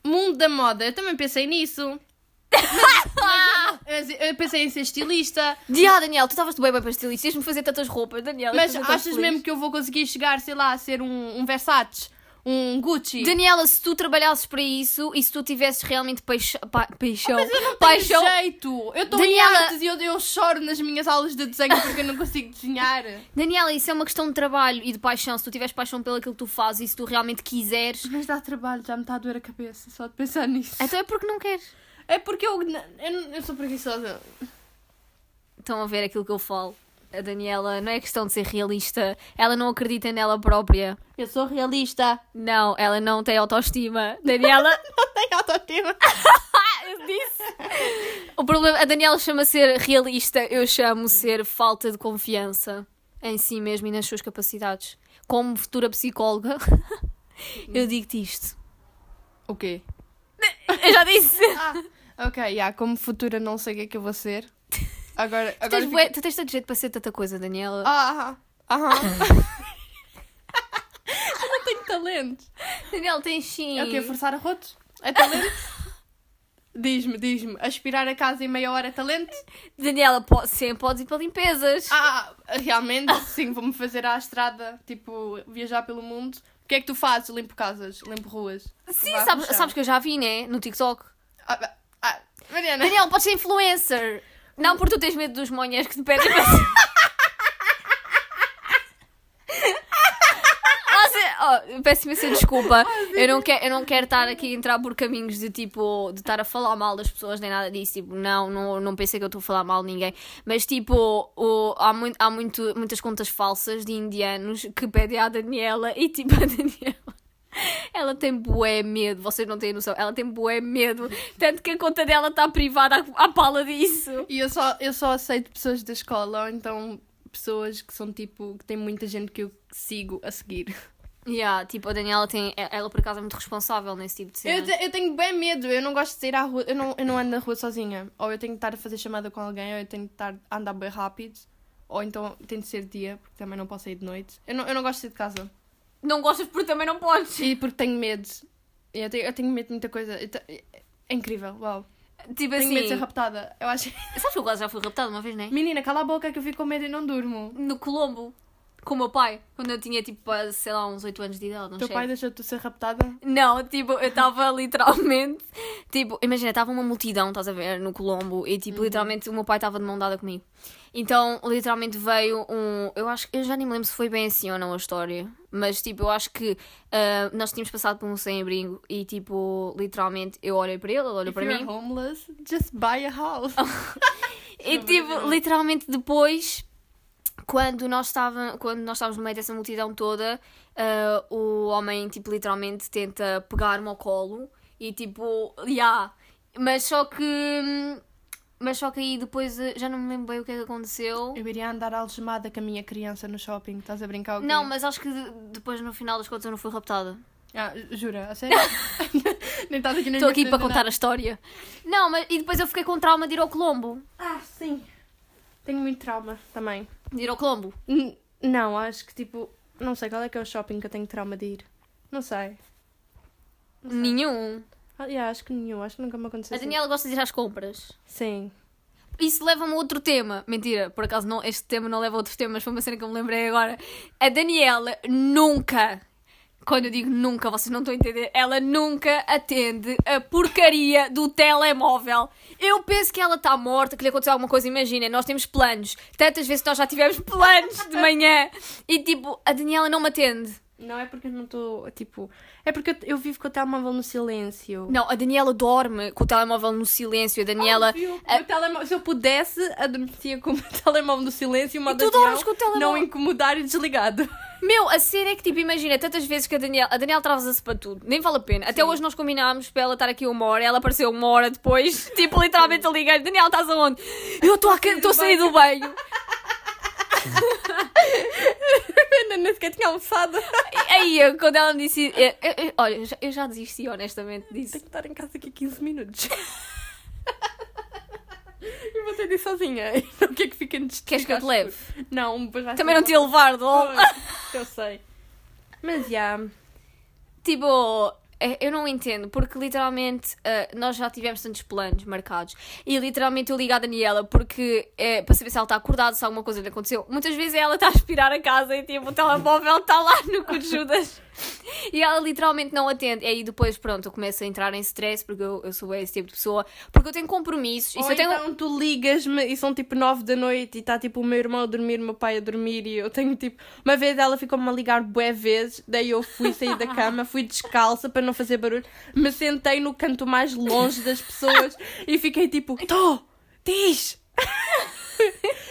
Speaker 2: Mundo da moda, eu também pensei nisso. *laughs* Mas eu pensei em ser estilista,
Speaker 1: Diá, Daniel, tu estavas bem bem para estilista, ias-me fazer tantas roupas, Daniel.
Speaker 2: mas achas mesmo que eu vou conseguir chegar, sei lá, a ser um, um Versace, um Gucci?
Speaker 1: Daniela, se tu trabalhasses para isso e se tu tivesses realmente peixa... pa- paixão...
Speaker 2: Ah, Tenho
Speaker 1: paixão...
Speaker 2: jeito! Eu estou em
Speaker 1: Daniela-
Speaker 2: artes e eu, eu choro nas minhas aulas de desenho porque eu não consigo desenhar.
Speaker 1: Daniela, isso é uma questão de trabalho e de paixão. Se tu tiveres paixão pelo aquilo que tu fazes e se tu realmente quiseres...
Speaker 2: *laughs* Mas dá trabalho, já me está a doer a cabeça só de pensar nisso.
Speaker 1: Então é porque não queres.
Speaker 2: É porque eu, eu, eu sou preguiçosa.
Speaker 1: Estão a ver aquilo que eu falo. A Daniela não é questão de ser realista. Ela não acredita nela própria.
Speaker 2: Eu sou realista.
Speaker 1: Não, ela não tem autoestima. Daniela,
Speaker 2: Não tenho autoestima.
Speaker 1: eu disse. O problema, a Daniela chama ser realista, eu chamo ser falta de confiança em si mesma e nas suas capacidades. Como futura psicóloga, *laughs* eu digo-te isto.
Speaker 2: O quê?
Speaker 1: Eu já disse.
Speaker 2: Ok, yeah, como futura não sei o que é que eu vou ser. Agora.
Speaker 1: Tu
Speaker 2: agora
Speaker 1: tens, bué- tu tens tanto jeito para ser tanta coisa, Daniela.
Speaker 2: Ah, aham.
Speaker 1: *laughs*
Speaker 2: aham. eu não tenho talento.
Speaker 1: Daniela, tens sim.
Speaker 2: É o quê? Forçar a rotos? É talento? diz-me, diz-me. Aspirar a casa em meia hora é talento?
Speaker 1: Daniela, po- sim, podes ir para limpezas.
Speaker 2: Ah, realmente, sim, vou-me fazer à estrada, tipo, viajar pelo mundo. O que é que tu fazes? Limpo casas, limpo ruas.
Speaker 1: sim,
Speaker 2: varro o
Speaker 1: sabes,
Speaker 2: chão.
Speaker 1: sabes que eu já vi, né? No TikTok.
Speaker 2: Ah, ah, Mariana,
Speaker 1: Daniela, podes ser influencer. Não, porque tu tens medo dos monhas que te pedem para ser. Você- oh, peço imensa desculpa. Eu não, quero, eu não quero estar aqui a entrar por caminhos de tipo, de estar a falar mal das pessoas nem nada disso. Tipo, não, não, não pensei que eu estou a falar mal de ninguém. Mas tipo, o- há, muito, há muito, muitas contas falsas de indianos que pedem à Daniela e tipo, a Daniela. Ela tem bué medo, vocês não têm noção. Ela tem bué medo, tanto que a conta dela está privada à, à pala disso.
Speaker 2: E eu só, eu só aceito pessoas da escola ou então pessoas que são tipo, que tem muita gente que eu sigo a seguir.
Speaker 1: Yeah, tipo, a Daniela tem. Ela por acaso é muito responsável nesse tipo de cena.
Speaker 2: Eu, te- eu tenho bem medo, eu não gosto de sair à rua, eu não, eu não ando na rua sozinha. Ou eu tenho de estar a fazer chamada com alguém, ou eu tenho de estar a andar bem rápido, ou então tem de ser dia, porque também não posso sair de noite. Eu não, eu não gosto de sair de casa.
Speaker 1: Não gostas porque também não podes.
Speaker 2: E porque tenho medo. Eu tenho, eu tenho medo de muita coisa. Eu te- É incrível, uau.
Speaker 1: Tipo
Speaker 2: Tenho
Speaker 1: assim.
Speaker 2: medo de ser raptada. Eu acho.
Speaker 1: Sabes que eu quase já fui raptada uma vez, né?
Speaker 2: *laughs* Menina, cala a boca que eu fico com medo e não durmo.
Speaker 1: No Colombo, com o meu pai, quando eu tinha tipo, sei lá, uns 8 anos de idade, não
Speaker 2: Teu
Speaker 1: sei.
Speaker 2: pai deixou-te ser raptada?
Speaker 1: Não, tipo, eu estava literalmente. Tipo, imagina, estava uma multidão, estás a ver, no Colombo, e tipo, literalmente o meu pai estava de mão dada comigo. Então, literalmente veio um. Eu acho que. Eu já nem me lembro se foi bem assim ou não a história, mas tipo, eu acho que ah, nós tínhamos passado por um sem-abrigo e tipo, literalmente eu olhei para ele, ele olhou
Speaker 2: If
Speaker 1: para
Speaker 2: you're
Speaker 1: mim.
Speaker 2: homeless, just buy a house.
Speaker 1: E tipo, literalmente depois, quando nós, estava, quando nós estávamos no meio dessa multidão toda, ah, o homem, tipo, literalmente tenta pegar-me ao colo e tipo, yeah. Mas só que. hum, Mas só que aí depois eh, já não me lembro bem o que é que aconteceu.
Speaker 2: Eu iria andar algemada com a minha criança no shopping. Estás a brincar? ou quê?
Speaker 1: Não, mas acho que de- depois no final das contas eu não fui raptada.
Speaker 2: Ah, jura? A sério? *laughs* Nem estás aqui na
Speaker 1: Estou
Speaker 2: minha
Speaker 1: aqui
Speaker 2: frente,
Speaker 1: para
Speaker 2: não.
Speaker 1: contar a história. Não, mas e depois eu fiquei com trauma de ir ao Colombo.
Speaker 2: Ah, sim. Tenho muito trauma também.
Speaker 1: De ir ao Colombo.
Speaker 2: N- não, acho que tipo. Não sei qual é que é o shopping que eu tenho trauma de ir. Não sei.
Speaker 1: Nenhum.
Speaker 2: Ah, yeah, acho que nenhum. Acho que nunca me
Speaker 1: A
Speaker 2: aconteceu. assim.
Speaker 1: Daniela gosta de ir às compras.
Speaker 2: Sim.
Speaker 1: Isso leva-me a outro tema. Mentira, por acaso não, este tema não leva a outro tema, mas foi uma cena que eu me lembrei agora. A Daniela nunca, quando eu digo nunca, vocês não estão a entender, ela nunca atende a porcaria do telemóvel. Eu penso que ela está morta, que lhe aconteceu alguma coisa. Imaginem, nós temos planos. Tantas vezes nós já tivemos planos de manhã e tipo, a Daniela não me atende.
Speaker 2: Não é porque eu não estou. Tipo. É porque eu, eu vivo com o telemóvel no silêncio.
Speaker 1: Não, a Daniela dorme com o telemóvel no silêncio. A Daniela.
Speaker 2: Óbvio, o telemó- Se eu pudesse, adormecia com o *laughs* telemóvel no silêncio e uma
Speaker 1: E tu
Speaker 2: Daniel
Speaker 1: dormes com o telemóvel-
Speaker 2: Não incomodar e desligado. *laughs*
Speaker 1: Meu, a cena é que, tipo, imagina, tantas vezes que a Daniela... A Daniela trava-se para tudo. Nem vale a pena. Até hoje nós combinámos para ela estar aqui uma hora. Ela apareceu uma hora depois. *laughs* Tipo, literalmente a ligar. Daniela, estás aonde? Eu estou a ca- estou a sair do banho.
Speaker 2: Ainda nem sequer
Speaker 1: *laughs*
Speaker 2: tinha almoçado.
Speaker 1: E Aí, eu- quando ela me disse... eu- eu- eu- olha, eu já- eu já desisti, honestamente, disso.
Speaker 2: Tenho que estar em casa aqui 15 minutos. e você disse sozinha. *laughs* Então o que é que fica antes
Speaker 1: Queres que eu te leve?
Speaker 2: Não, depois vai
Speaker 1: Também
Speaker 2: ser
Speaker 1: não te ia levar, de
Speaker 2: bom.
Speaker 1: LOL.
Speaker 2: Pois, Eu sei. Mas já.
Speaker 1: Tipo, é- eu não entendo, porque literalmente ah, nós já tivemos tantos planos marcados e literalmente eu ligo à Daniela porque é, para saber se ela está acordada, se alguma coisa lhe aconteceu. Muitas vezes ela está a aspirar a casa e tipo, o telemóvel está lá no cu de Judas e ela literalmente não atende. E aí depois, pronto, eu começo a entrar em stress porque eu, eu sou esse tipo de pessoa, porque eu tenho compromissos e
Speaker 2: Ou
Speaker 1: se eu tenho.
Speaker 2: então tu ligas-me e são tipo 9 da noite e está tipo o meu irmão a dormir, o meu pai a dormir e eu tenho tipo. Uma vez ela ficou-me a ligar bué vezes, daí eu fui sair da cama, fui descalça para não fazer barulho, me sentei no canto mais longe das pessoas e fiquei tipo: Tô, diz! *laughs*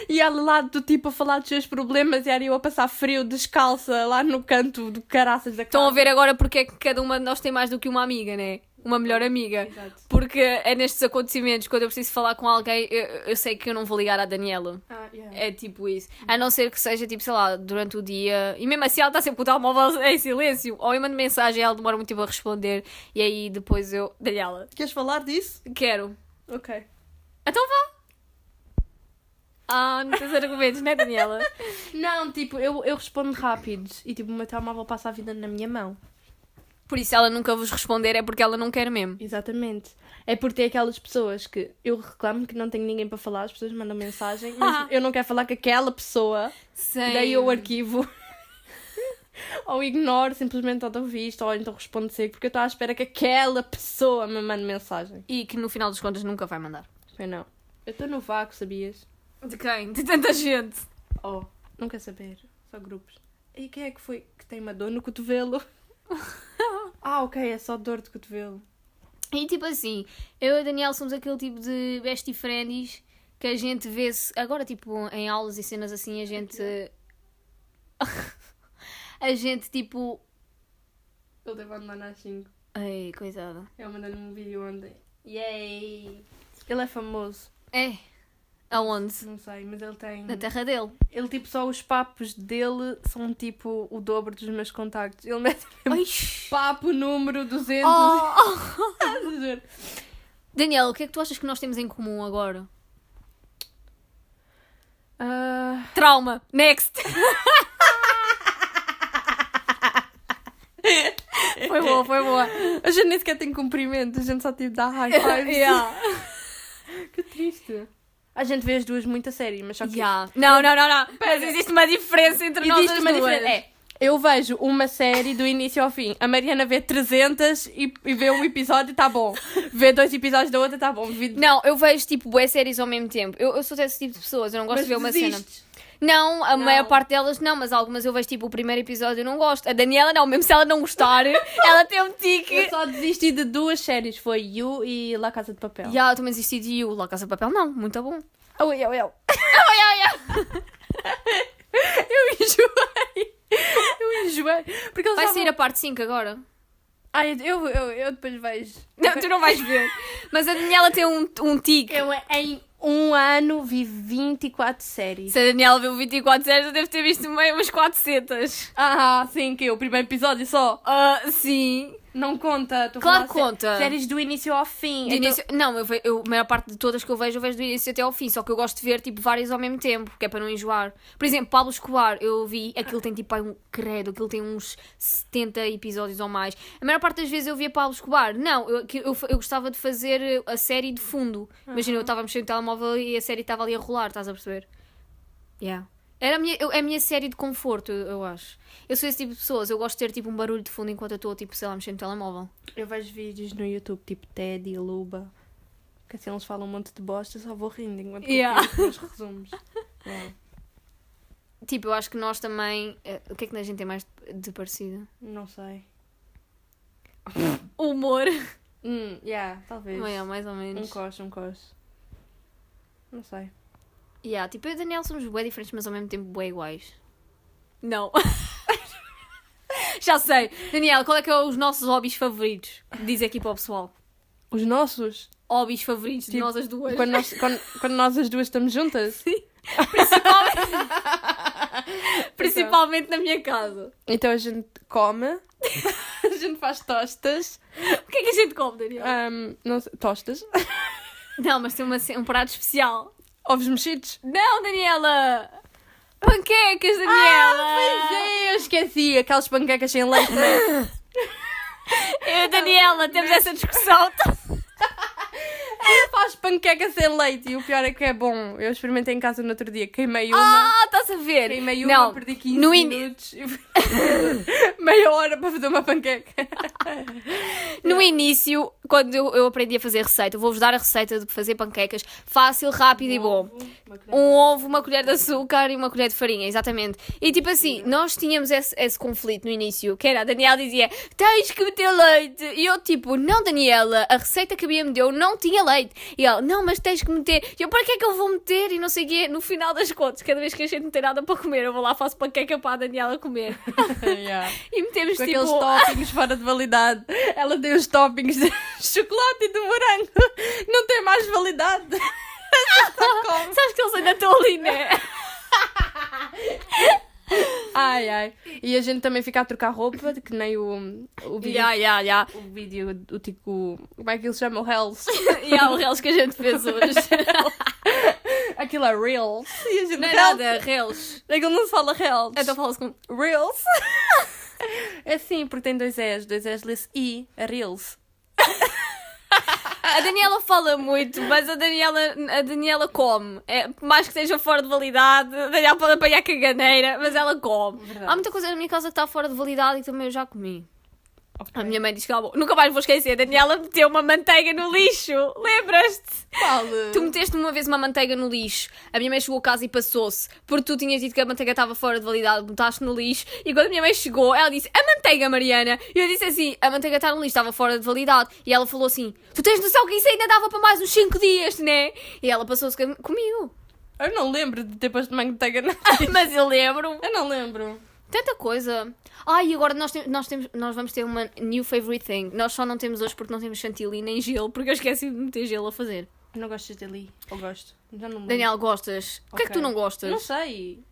Speaker 2: E ela lá do tipo a falar dos seus problemas e era eu a passar frio descalça lá no canto do caraças da
Speaker 1: Estão a
Speaker 2: casa.
Speaker 1: ver agora porque é que cada uma de nós tem mais do que uma amiga, né? Uma melhor amiga.
Speaker 2: Exato.
Speaker 1: Porque é nestes acontecimentos, quando eu preciso falar com alguém, eu, eu sei que eu não vou ligar à Daniela.
Speaker 2: Ah, yeah.
Speaker 1: É tipo isso. A não ser que seja, tipo, sei lá, durante o dia. E mesmo assim ela está sempre com o telemóvel *laughs* em silêncio. Ou eu mando mensagem e ela demora muito tempo a responder. E aí depois eu. Daniela,
Speaker 2: Queres falar disso?
Speaker 1: quero.
Speaker 2: Ok.
Speaker 1: Então vá! Ah, não tens argumentos, né, Daniela?
Speaker 2: Não, tipo, eu, eu respondo rápido e tipo, o meu telemóvel passa a vida na minha mão.
Speaker 1: Por isso ela nunca vos responder é porque ela não quer mesmo.
Speaker 2: Exatamente. É por ter aquelas pessoas que eu reclamo que não tenho ninguém para falar, as pessoas mandam mensagem, mas
Speaker 1: Ah.
Speaker 2: *laughs* eu não quero falar com aquela pessoa,
Speaker 1: Sem...
Speaker 2: daí eu arquivo. *laughs* ou ignoro simplesmente ou dou visto, ou então respondo seco, porque eu estou à espera que aquela pessoa me mande mensagem.
Speaker 1: E que no final dos contas nunca vai mandar.
Speaker 2: Foi não. Eu Eu estou no vácuo, sabias?
Speaker 1: De quem? De tanta gente.
Speaker 2: Oh, não quer saber. Só grupos. E quem é que foi que tem uma dor no *laughs* cotovelo? ah, ok, é só dor de cotovelo.
Speaker 1: E tipo assim, eu e o Daniel somos aquele tipo de best friends que a gente vê-se. Agora, tipo, em aulas e cenas assim, a gente. *laughs* a gente, tipo.
Speaker 2: Ele deve andar nas 5.
Speaker 1: Ai, coitada.
Speaker 2: Eu mandei-lhe um vídeo ontem. Yay! Ele é famoso.
Speaker 1: É. Aonde?
Speaker 2: Não sei, mas ele tem.
Speaker 1: Na terra dele.
Speaker 2: Ele, tipo, só os papos dele são tipo o dobro dos meus contactos. Ele mete *laughs*
Speaker 1: Ai.
Speaker 2: papo número 200. *laughs*
Speaker 1: Oh.
Speaker 2: Juro.
Speaker 1: Daniel, o que é que tu achas que nós temos em comum agora?
Speaker 2: Ah,
Speaker 1: Trauma. Next. *laughs* foi boa, foi boa.
Speaker 2: a gente nem sequer tem cumprimento, a gente só tipo dá *laughs* high fives.
Speaker 1: *laughs* Yeah.
Speaker 2: Que triste. A gente vê as duas muito a sério, mas só que.
Speaker 1: Yeah. Não, não, não, não. Mas existe uma diferença entre nós
Speaker 2: Existe
Speaker 1: as
Speaker 2: uma
Speaker 1: duas.
Speaker 2: diferença. É, eu vejo uma série do início ao fim. A Mariana vê 300 e, e vê um episódio, tá bom. Vê dois episódios da outra, tá bom. Vi...
Speaker 1: Não, eu vejo tipo bué séries ao mesmo tempo. Eu, eu sou desse tipo de pessoas, eu não gosto de ver uma cena. Não, a
Speaker 2: Não.
Speaker 1: maior parte delas não, mas algumas eu vejo tipo o primeiro episódio e não gosto. A Daniela não, mesmo se ela não
Speaker 2: *laughs*
Speaker 1: gostar, *laughs* ela tem um tique.
Speaker 2: Eu só desisti de duas séries, foi You e La Casa de Papel.
Speaker 1: Já, eu também desisti de You, La Casa de Papel não, muito bom.
Speaker 2: Oh, eu, eu.
Speaker 1: Ai, ai, ai.
Speaker 2: Eu enjoei. Eu enjoei. Porque eles
Speaker 1: Vai
Speaker 2: estavam-
Speaker 1: sair a parte 5 agora.
Speaker 2: *laughs* Ai, eu, eu, eu depois vejo.
Speaker 1: Não, tu não vais ver. *laughs* Mas a Daniela tem um, um tique.
Speaker 2: Eu em um ano vi 24 séries.
Speaker 1: Se a Daniela viu 24 séries, eu devo ter visto meio umas 400.
Speaker 2: Ah, sim, que é o primeiro episódio só.
Speaker 1: Ah, sim.
Speaker 2: Não conta. Estou a
Speaker 1: Claro
Speaker 2: falar
Speaker 1: que conta.
Speaker 2: sé- Séries do início ao fim.
Speaker 1: De
Speaker 2: Então-
Speaker 1: início, não, eu, ve- eu- a maior parte de todas que eu vejo, eu vejo do início até ao fim, só que eu gosto de ver tipo várias ao mesmo tempo, que é para não enjoar. Por exemplo, Pablo Escobar, eu vi, aquilo tem tipo aí um credo, aquilo tem uns 70 episódios ou mais. A maior parte das vezes eu via Pablo Escobar, não, eu, que- eu, fa- eu gostava de fazer eh, a série de fundo. Imagina, eu estava a mexer no telemóvel e a série estava ali a rolar, estás a perceber? Yeah. Era a minha, eu- é a minha série de conforto, eu, eu acho. Eu sou esse tipo de pessoas, eu gosto de ter tipo um barulho de fundo enquanto eu estou, tipo, sei lá, mexendo no telemóvel.
Speaker 2: Eu vejo vídeos no YouTube, tipo Teddy, Luba. Que assim eles falam um monte de bosta, eu só vou rindo enquanto
Speaker 1: Yeah.
Speaker 2: eu os *laughs* resumos. Uau.
Speaker 1: Tipo, eu acho que nós também. eh, o que é que a gente tem mais de, de parecido?
Speaker 2: Não sei.
Speaker 1: *laughs* Humor.
Speaker 2: Hum, yeah, talvez.
Speaker 1: É, mais ou
Speaker 2: Um
Speaker 1: menos.
Speaker 2: coche, um coche. Não sei.
Speaker 1: Yeah, tipo, eu e o Daniel somos bem diferentes, mas ao mesmo tempo bem iguais. Não. *laughs* Já sei. Daniel, qual é que é os nossos hobbies favoritos? Diz aqui para o pessoal.
Speaker 2: Os nossos?
Speaker 1: Hobbies favoritos de
Speaker 2: Tipo,
Speaker 1: nós as duas.
Speaker 2: Quando nós, quando, quando nós as duas estamos *laughs* juntas?
Speaker 1: Principalmente na minha casa.
Speaker 2: Então a gente come, *laughs* a gente faz tostas,
Speaker 1: O que é que a gente come, Daniel?
Speaker 2: ahm, não sei, tostas, Ah.
Speaker 1: Não, mas tem uma ce- um prato especial.
Speaker 2: ovos mexidos.
Speaker 1: Não, Daniela! Panquecas, Daniela!
Speaker 2: Ah, é, eu esqueci, aquelas panquecas sem leite.
Speaker 1: Eu e a Daniela temos essa discussão.
Speaker 2: Ela faz panqueca sem leite e o pior é que é bom. Eu experimentei em casa no outro dia, queimei uma,
Speaker 1: Ah, estás a ver?
Speaker 2: queimei uma,
Speaker 1: não,
Speaker 2: perdi 15
Speaker 1: no in-
Speaker 2: minutos. *laughs* Meia hora para fazer uma panqueca.
Speaker 1: no início, quando eu, eu aprendi a fazer receita, eu vou-vos dar a receita de fazer panquecas fácil, rápido e bom. Um ovo, uma colher de açúcar e uma colher de farinha, exatamente. E tipo assim, nós tínhamos esse, esse conflito no início, que era a Daniela dizia: Tens que meter leite. E eu, tipo, não, Daniela, a receita que a Bia me deu não tinha leite. E ela, não, mas tens que meter. E eu, para que é que eu vou meter? E não sei o quê. No final das contas, cada vez que a gente não tem nada para comer, eu vou lá, faço panqueca para a Daniela comer.
Speaker 2: *laughs*
Speaker 1: *laughs*
Speaker 2: Yeah.
Speaker 1: E metemos
Speaker 2: Com
Speaker 1: tipo. *laughs*
Speaker 2: aqueles toppings fora de validade. Ela tem os toppings de *laughs* chocolate e de morango. Não tem mais validade. Só come.
Speaker 1: Sabes que eles ainda estão ali, né?
Speaker 2: ai, ai. E a gente também fica a trocar roupa, que nem o, o vídeo.
Speaker 1: Ya, ya, ya.
Speaker 2: O vídeo, o tipo. Como é que ele se chama? O Hells.
Speaker 1: *laughs* E há o Reels que a gente fez hoje.
Speaker 2: *laughs* Aquilo é Reels. E a gente
Speaker 1: Não é
Speaker 2: Reels.
Speaker 1: nada, Reels.
Speaker 2: Aquilo É não se fala Reels.
Speaker 1: Então fala-se com.
Speaker 2: *laughs* Reels. É sim, porque tem dois S. Dois S lê-se I. é Reels.
Speaker 1: A Daniela fala muito, mas a Daniela, a Daniela come. É, por mais que esteja fora de validade, a Daniela pode apanhar caganeira, mas ela come.
Speaker 2: Verdade.
Speaker 1: Há muita coisa na minha casa que está fora de validade e também eu já comi. A minha mãe diz que ela, nunca mais vou esquecer, a Daniela meteu uma manteiga no lixo, lembras-te?
Speaker 2: Qual?
Speaker 1: Tu meteste uma vez uma manteiga no lixo, a minha mãe chegou a casa e passou-se, porque tu tinhas dito que a manteiga estava fora de validade, botaste no lixo, e quando a minha mãe chegou, ela disse, a manteiga, Mariana, e eu disse assim, a manteiga está no lixo, estava fora de validade, e ela falou assim, tu tens noção que isso ainda dava para mais uns 5 dias, né? E ela passou-se com- comigo,
Speaker 2: Eu não lembro de ter posto manteiga *laughs* na...
Speaker 1: mas eu lembro
Speaker 2: Eu não lembro.
Speaker 1: Tanta coisa. Ai, e agora nós, tem- nós, temos, nós vamos ter uma new favorite thing. Nós só não temos hoje porque não temos chantilly nem gelo, porque eu esqueci de meter gelo a fazer.
Speaker 2: Eu não gosto de ali. Ou gosto. Já não lembro.
Speaker 1: Daniel, gostas? O que é que tu
Speaker 2: Ok.
Speaker 1: não gostas?
Speaker 2: Não sei.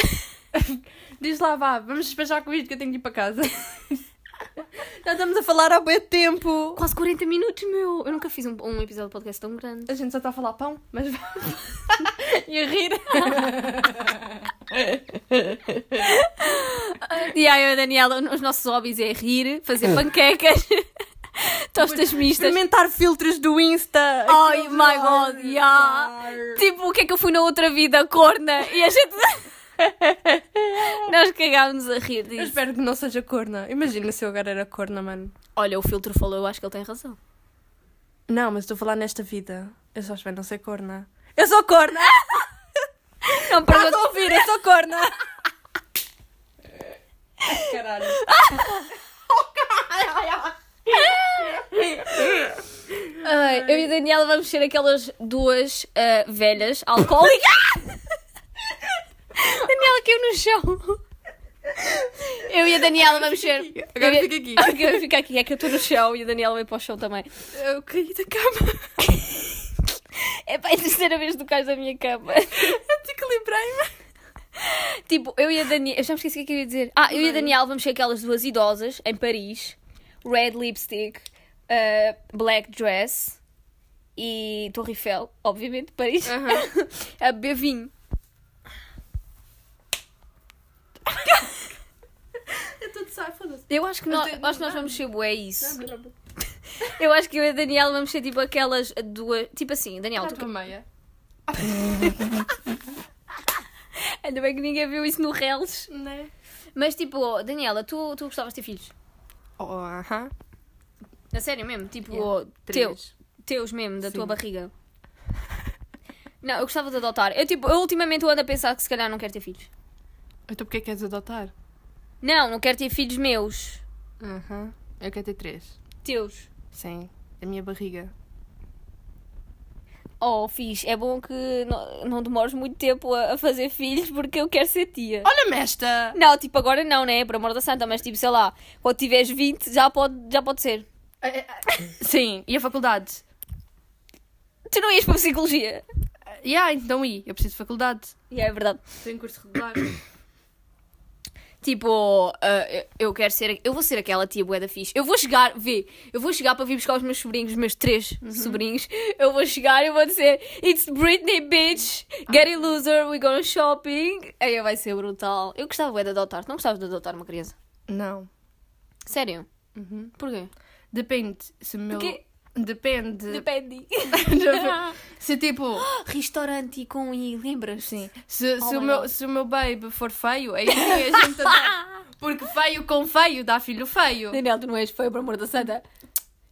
Speaker 2: *laughs* Diz lá, vá, vamos despachar com isto que eu tenho que ir para casa. *laughs* Já estamos a falar há bem tempo.
Speaker 1: Quase 40 minutos, meu. Eu nunca fiz um, um episódio de podcast tão grande.
Speaker 2: A gente só está a falar pão, mas vá. *laughs* e a rir.
Speaker 1: *laughs* E aí, eu e a Daniela, os nossos hobbies é rir, fazer panquecas, *laughs* tostas mistas.
Speaker 2: Experimentar filtros do Insta.
Speaker 1: Ai,
Speaker 2: Aqueles
Speaker 1: my God,
Speaker 2: ar-
Speaker 1: yeah.
Speaker 2: ar.
Speaker 1: Tipo, o que é que eu fui na outra vida, corna? E a *laughs* gente. Nós cagámos a rir
Speaker 2: Eu
Speaker 1: disso.
Speaker 2: espero que não seja corna. Imagina se eu agora era corna, mano.
Speaker 1: Olha, o filtro falou, eu acho que ele tem razão.
Speaker 2: Não, mas estou a falar nesta vida. Eu só espero não ser corna. Ah, tá Eu sou corna!
Speaker 1: Não
Speaker 2: Estás
Speaker 1: pergunto.
Speaker 2: a ouvir, eu sou corna! Caralho.
Speaker 1: Ai, eu e a Daniela vamos ser aquelas duas ah, velhas alcoólicas. Daniela caiu no chão. Eu e a Daniela vamos ser.
Speaker 2: Agora
Speaker 1: eu e-
Speaker 2: fica aqui.
Speaker 1: *laughs* Agora fica aqui, é que eu estou no chão e a Daniela veio para o chão também.
Speaker 2: *laughs* Eu caí da cama.
Speaker 1: É pá, é a terceira vez que tu cais da minha *laughs* cama.
Speaker 2: Desequilibrei-me.
Speaker 1: Tipo, eu e a Daniela. Eu já me esqueci o que é que eu ia dizer. Ah, eu e a Daniela vamos ser aquelas duas idosas em Paris. Red lipstick, ah, black dress e Torre Eiffel, obviamente, Paris. *laughs* A beber vinho.
Speaker 2: Eu estou de saia, foda-se.
Speaker 1: Eu é acho que,
Speaker 2: Eu
Speaker 1: nós,
Speaker 2: tenho-
Speaker 1: acho que nós vamos ser bué isso. Eu acho que eu e a Daniela vamos ser tipo aquelas duas. Tipo assim, Daniel, tu...
Speaker 2: Tá meia.
Speaker 1: ainda bem que ninguém viu isso no Reels.
Speaker 2: Né?
Speaker 1: Mas tipo, Daniela, tu, tu gostavas de ter filhos?
Speaker 2: Oh, aham.
Speaker 1: Na sério mesmo? Tipo,
Speaker 2: Yeah.
Speaker 1: teu,
Speaker 2: Três.
Speaker 1: teus mesmo, da tua
Speaker 2: Sim.
Speaker 1: barriga. *laughs* Não, eu gostava de adotar. Eu tipo, eu ultimamente eu ando a pensar que se calhar não quero ter filhos.
Speaker 2: Então porquê queres adotar?
Speaker 1: Não, não quero ter filhos meus.
Speaker 2: Aham. Eu quero ter três.
Speaker 1: Teus.
Speaker 2: Sim. A minha barriga.
Speaker 1: Oh, fiz. É bom que não, não demores muito tempo a, a fazer filhos porque eu quero ser tia.
Speaker 2: Olha-me esta!
Speaker 1: Não, tipo, agora não, né? Por amor da santa, mas tipo, sei lá, quando tiveres 20 já pode, já pode ser.
Speaker 2: *laughs* Sim. E a faculdade?
Speaker 1: Tu não ias para psicologia.
Speaker 2: Yeah, então e? Eu preciso de faculdade.
Speaker 1: E é verdade.
Speaker 2: Tenho curso regular.
Speaker 1: Tipo, ah, eu- eu quero ser. Eu vou ser aquela tia bué da fixe. Eu vou chegar, vê, eu vou chegar para vir buscar os meus sobrinhos, os meus três
Speaker 2: Uhum.
Speaker 1: sobrinhos. Eu vou chegar e vou dizer: It's Britney, bitch! Get it, loser, we going shopping. Aí vai ser brutal. Eu gostava bué de adotar. Tu Não gostavas de adotar uma criança?
Speaker 2: *coughs* Não.
Speaker 1: Sério?
Speaker 2: Uhum.
Speaker 1: Porquê?
Speaker 2: Depende se o meu...
Speaker 1: Porque
Speaker 2: Depende.
Speaker 1: depende.
Speaker 2: *laughs* se *gasps* tipo...
Speaker 1: *laughs* Restaurante com I, lembras?
Speaker 2: Sim. Se, se
Speaker 1: my
Speaker 2: o meu,
Speaker 1: God.
Speaker 2: se o meu baby for feio, aí sim *laughs* a gente adota. Porque feio com feio dá filho feio.
Speaker 1: Daniela, tu não és feio, por amor da santa.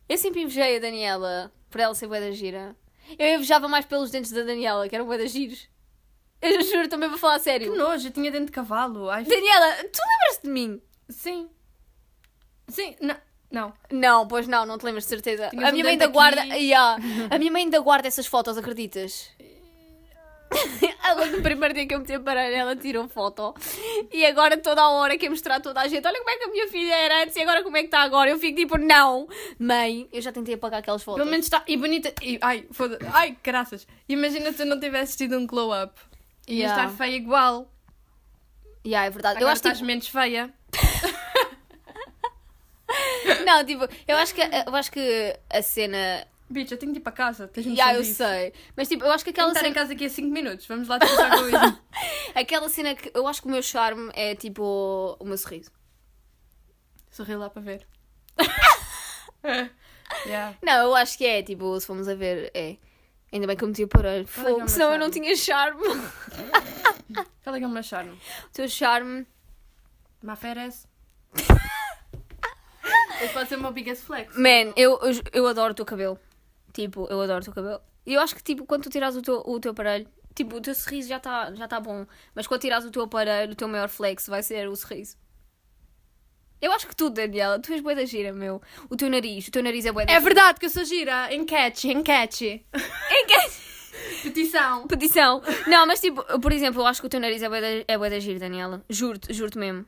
Speaker 1: Eu sempre invejei a Daniela por ela ser bué da gira. Eu invejava mais pelos dentes da Daniela, que eram bué da giros. Eu juro, também vou falar a
Speaker 2: Que
Speaker 1: sério.
Speaker 2: nojo, eu tinha dente de cavalo. Ai,
Speaker 1: Daniela, tu lembras de mim?
Speaker 2: sim. Sim, não. Não.
Speaker 1: Não, pois não, não te lembras de certeza.
Speaker 2: Tinhas
Speaker 1: a
Speaker 2: um
Speaker 1: minha mãe
Speaker 2: dente
Speaker 1: ainda guarda.
Speaker 2: aqui.
Speaker 1: Yeah. A minha mãe ainda guarda essas fotos,
Speaker 2: *laughs*
Speaker 1: acreditas? Ela no primeiro dia que eu meti a parelha, ela tirou foto. E agora toda a hora quer mostrar a toda a gente. Olha como é que a minha filha era antes e agora como é que está agora. Eu fico tipo, não, mãe, eu já tentei apagar aquelas fotos.
Speaker 2: Pelo menos está. E bonita. E, ai, foda Ai, graças. Imagina se eu não tivesse tido um glow up. Ia
Speaker 1: Yeah.
Speaker 2: estar feia igual.
Speaker 1: Yeah, é verdade.
Speaker 2: Agora
Speaker 1: Eu acho,
Speaker 2: estás
Speaker 1: tipo,
Speaker 2: menos feia.
Speaker 1: *laughs* não, tipo, eu acho que, eu acho que a cena.
Speaker 2: Bitch, eu tenho de ir para casa. Tens
Speaker 1: Já, eu sei. Mas, tipo, eu acho que aquela
Speaker 2: Estar
Speaker 1: cena.
Speaker 2: em casa daqui a 5 minutos. Vamos lá testar com isso.
Speaker 1: Aquela cena que eu acho que o meu charme é tipo o meu sorriso.
Speaker 2: *laughs* Sorri lá para *laughs* ver. É. yeah.
Speaker 1: Não, eu acho que é tipo, se formos a ver, é. Ainda bem que eu meti o parelho.
Speaker 2: Olha que é o
Speaker 1: Fogo,
Speaker 2: meu
Speaker 1: senão eu
Speaker 2: charme.
Speaker 1: não tinha charme. *laughs* O
Speaker 2: Qual é que é o meu charme? *laughs*
Speaker 1: teu charme.
Speaker 2: Maferes. Esse pode ser o meu biggest flex.
Speaker 1: Man, eu, eu, eu adoro o teu cabelo. Tipo, eu adoro o teu cabelo. E eu acho que, tipo, quando tu tiras o teu, o teu aparelho, tipo, o teu sorriso já está já tá bom. Mas quando tiras o teu aparelho, o teu maior flex vai ser o sorriso. Eu acho que tu, Daniela, tu és boa da gira, meu. O teu nariz, o teu nariz é boa da
Speaker 2: É verdade que eu sou gira. Enquete, enquete. Petição.
Speaker 1: Petição. Não, mas tipo, eu, por exemplo, eu acho que o teu nariz é bué da, é bué da giro, Daniela. Juro-te, juro-te mesmo.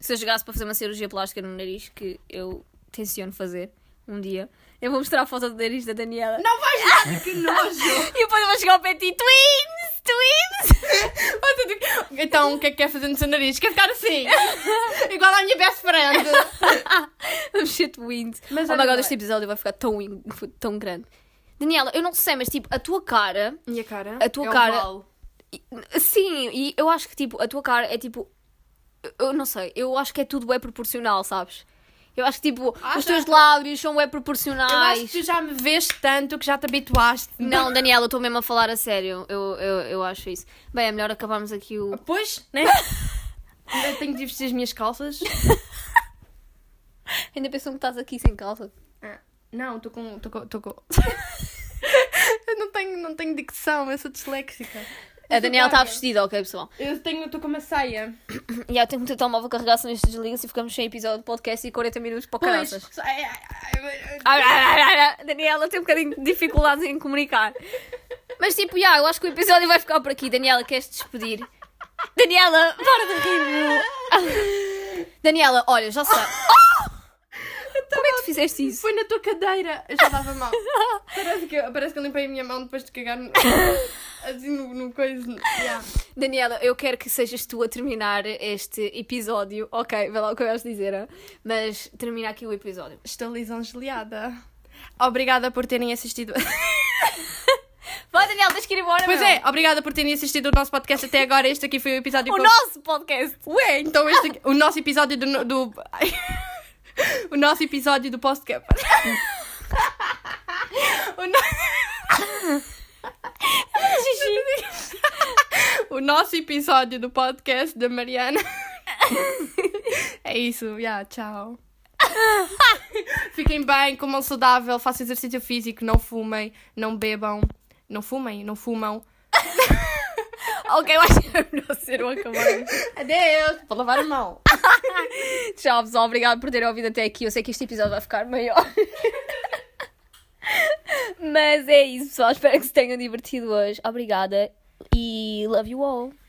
Speaker 1: Se eu chegasse para fazer uma cirurgia plástica no nariz, que eu tenciono fazer um dia, eu vou mostrar a foto do nariz da Daniela.
Speaker 2: Não vais nada, que nojo.
Speaker 1: *laughs* E depois eu vou chegar ao pé de ti, twins, twins! *laughs*
Speaker 2: Então, o que é que quer fazer no seu nariz? Quer ficar *laughs* assim? Igual à minha best friend.
Speaker 1: Vamos ser twins.
Speaker 2: Mas
Speaker 1: oh my
Speaker 2: olha
Speaker 1: god,
Speaker 2: lá.
Speaker 1: este episódio vai ficar tão, in- tão grande. Daniela, eu não sei, mas tipo, a tua cara
Speaker 2: Minha cara?
Speaker 1: A tua
Speaker 2: é
Speaker 1: cara-
Speaker 2: oval.
Speaker 1: Sim, e eu acho que tipo, a tua cara é tipo. eu- Eu não sei, eu acho que é tudo é proporcional, sabes? Eu acho que tipo,
Speaker 2: Ah,
Speaker 1: os
Speaker 2: já,
Speaker 1: teus
Speaker 2: já.
Speaker 1: lábios são é
Speaker 2: Eu acho que
Speaker 1: proporcionais.
Speaker 2: tu já me vês tanto que já te habituaste.
Speaker 1: Não, Daniela, eu estou mesmo a falar a sério. Eu, eu, eu acho isso. Bem, é melhor acabarmos aqui o.
Speaker 2: Pois, né? Ainda tenho de vestir as minhas calças.
Speaker 1: Ainda pensam que estás aqui sem calça.
Speaker 2: Ah. Não, estou com. Tô com, tô com... *laughs* eu não tenho, não tenho dicção, eu sou disléxica.
Speaker 1: A Daniela está
Speaker 2: Daniela. tá
Speaker 1: vestida, ok, pessoal.
Speaker 2: Eu tenho, estou com uma saia.
Speaker 1: E aí eu tenho que ter o telemóvel carregar, senão isto desliga-se e ficamos sem episódio de podcast e 40 minutos para o
Speaker 2: Pois.
Speaker 1: caraças.
Speaker 2: Ai, ai, ai,
Speaker 1: Ah, ah, ah, ah, Daniela tem um bocadinho de dificuldades em comunicar. Mas tipo, já, eu acho que o episódio vai ficar por aqui. Daniela, queres te despedir? Daniela, para de rir, meu. Daniela, olha, já sei. Como é que tu fizeste isso?
Speaker 2: Foi na tua cadeira. Eu já estava *laughs* mal. parece, que eu, parece que eu limpei a minha mão depois de cagar *laughs* no, assim no, no coisa. Yeah.
Speaker 1: Daniela, eu quero que sejas tu a terminar este episódio. Ok, vê lá o que eu vais dizer. ah. Mas termina aqui o episódio.
Speaker 2: Estou lisonjeada. Obrigada por terem assistido.
Speaker 1: Vai, Daniela, tens que ir embora,
Speaker 2: Pois
Speaker 1: meu.
Speaker 2: é, obrigada por terem assistido o nosso podcast até agora. Este aqui foi o episódio
Speaker 1: O
Speaker 2: com-
Speaker 1: nosso podcast.
Speaker 2: Tipo- Ué, então este aqui- o nosso episódio do. no- do... *laughs* o nosso episódio do podcast. *laughs* o, no... *laughs* o nosso episódio do podcast da Mariana. *laughs* é isso, yeah, tchau. *laughs* Fiquem bem, comam saudável, façam exercício físico, não fumem, não bebam. Não fumem, não fumam.
Speaker 1: Ok, eu acho que é melhor ser *laughs* o acabar.
Speaker 2: Adeus, vou lavar a mão.
Speaker 1: Tchau, pessoal. Obrigado por terem ouvido até aqui. Eu sei que este episódio vai ficar maior. *laughs* Mas é isso, pessoal. Espero que se tenham divertido hoje. Obrigada e love you all.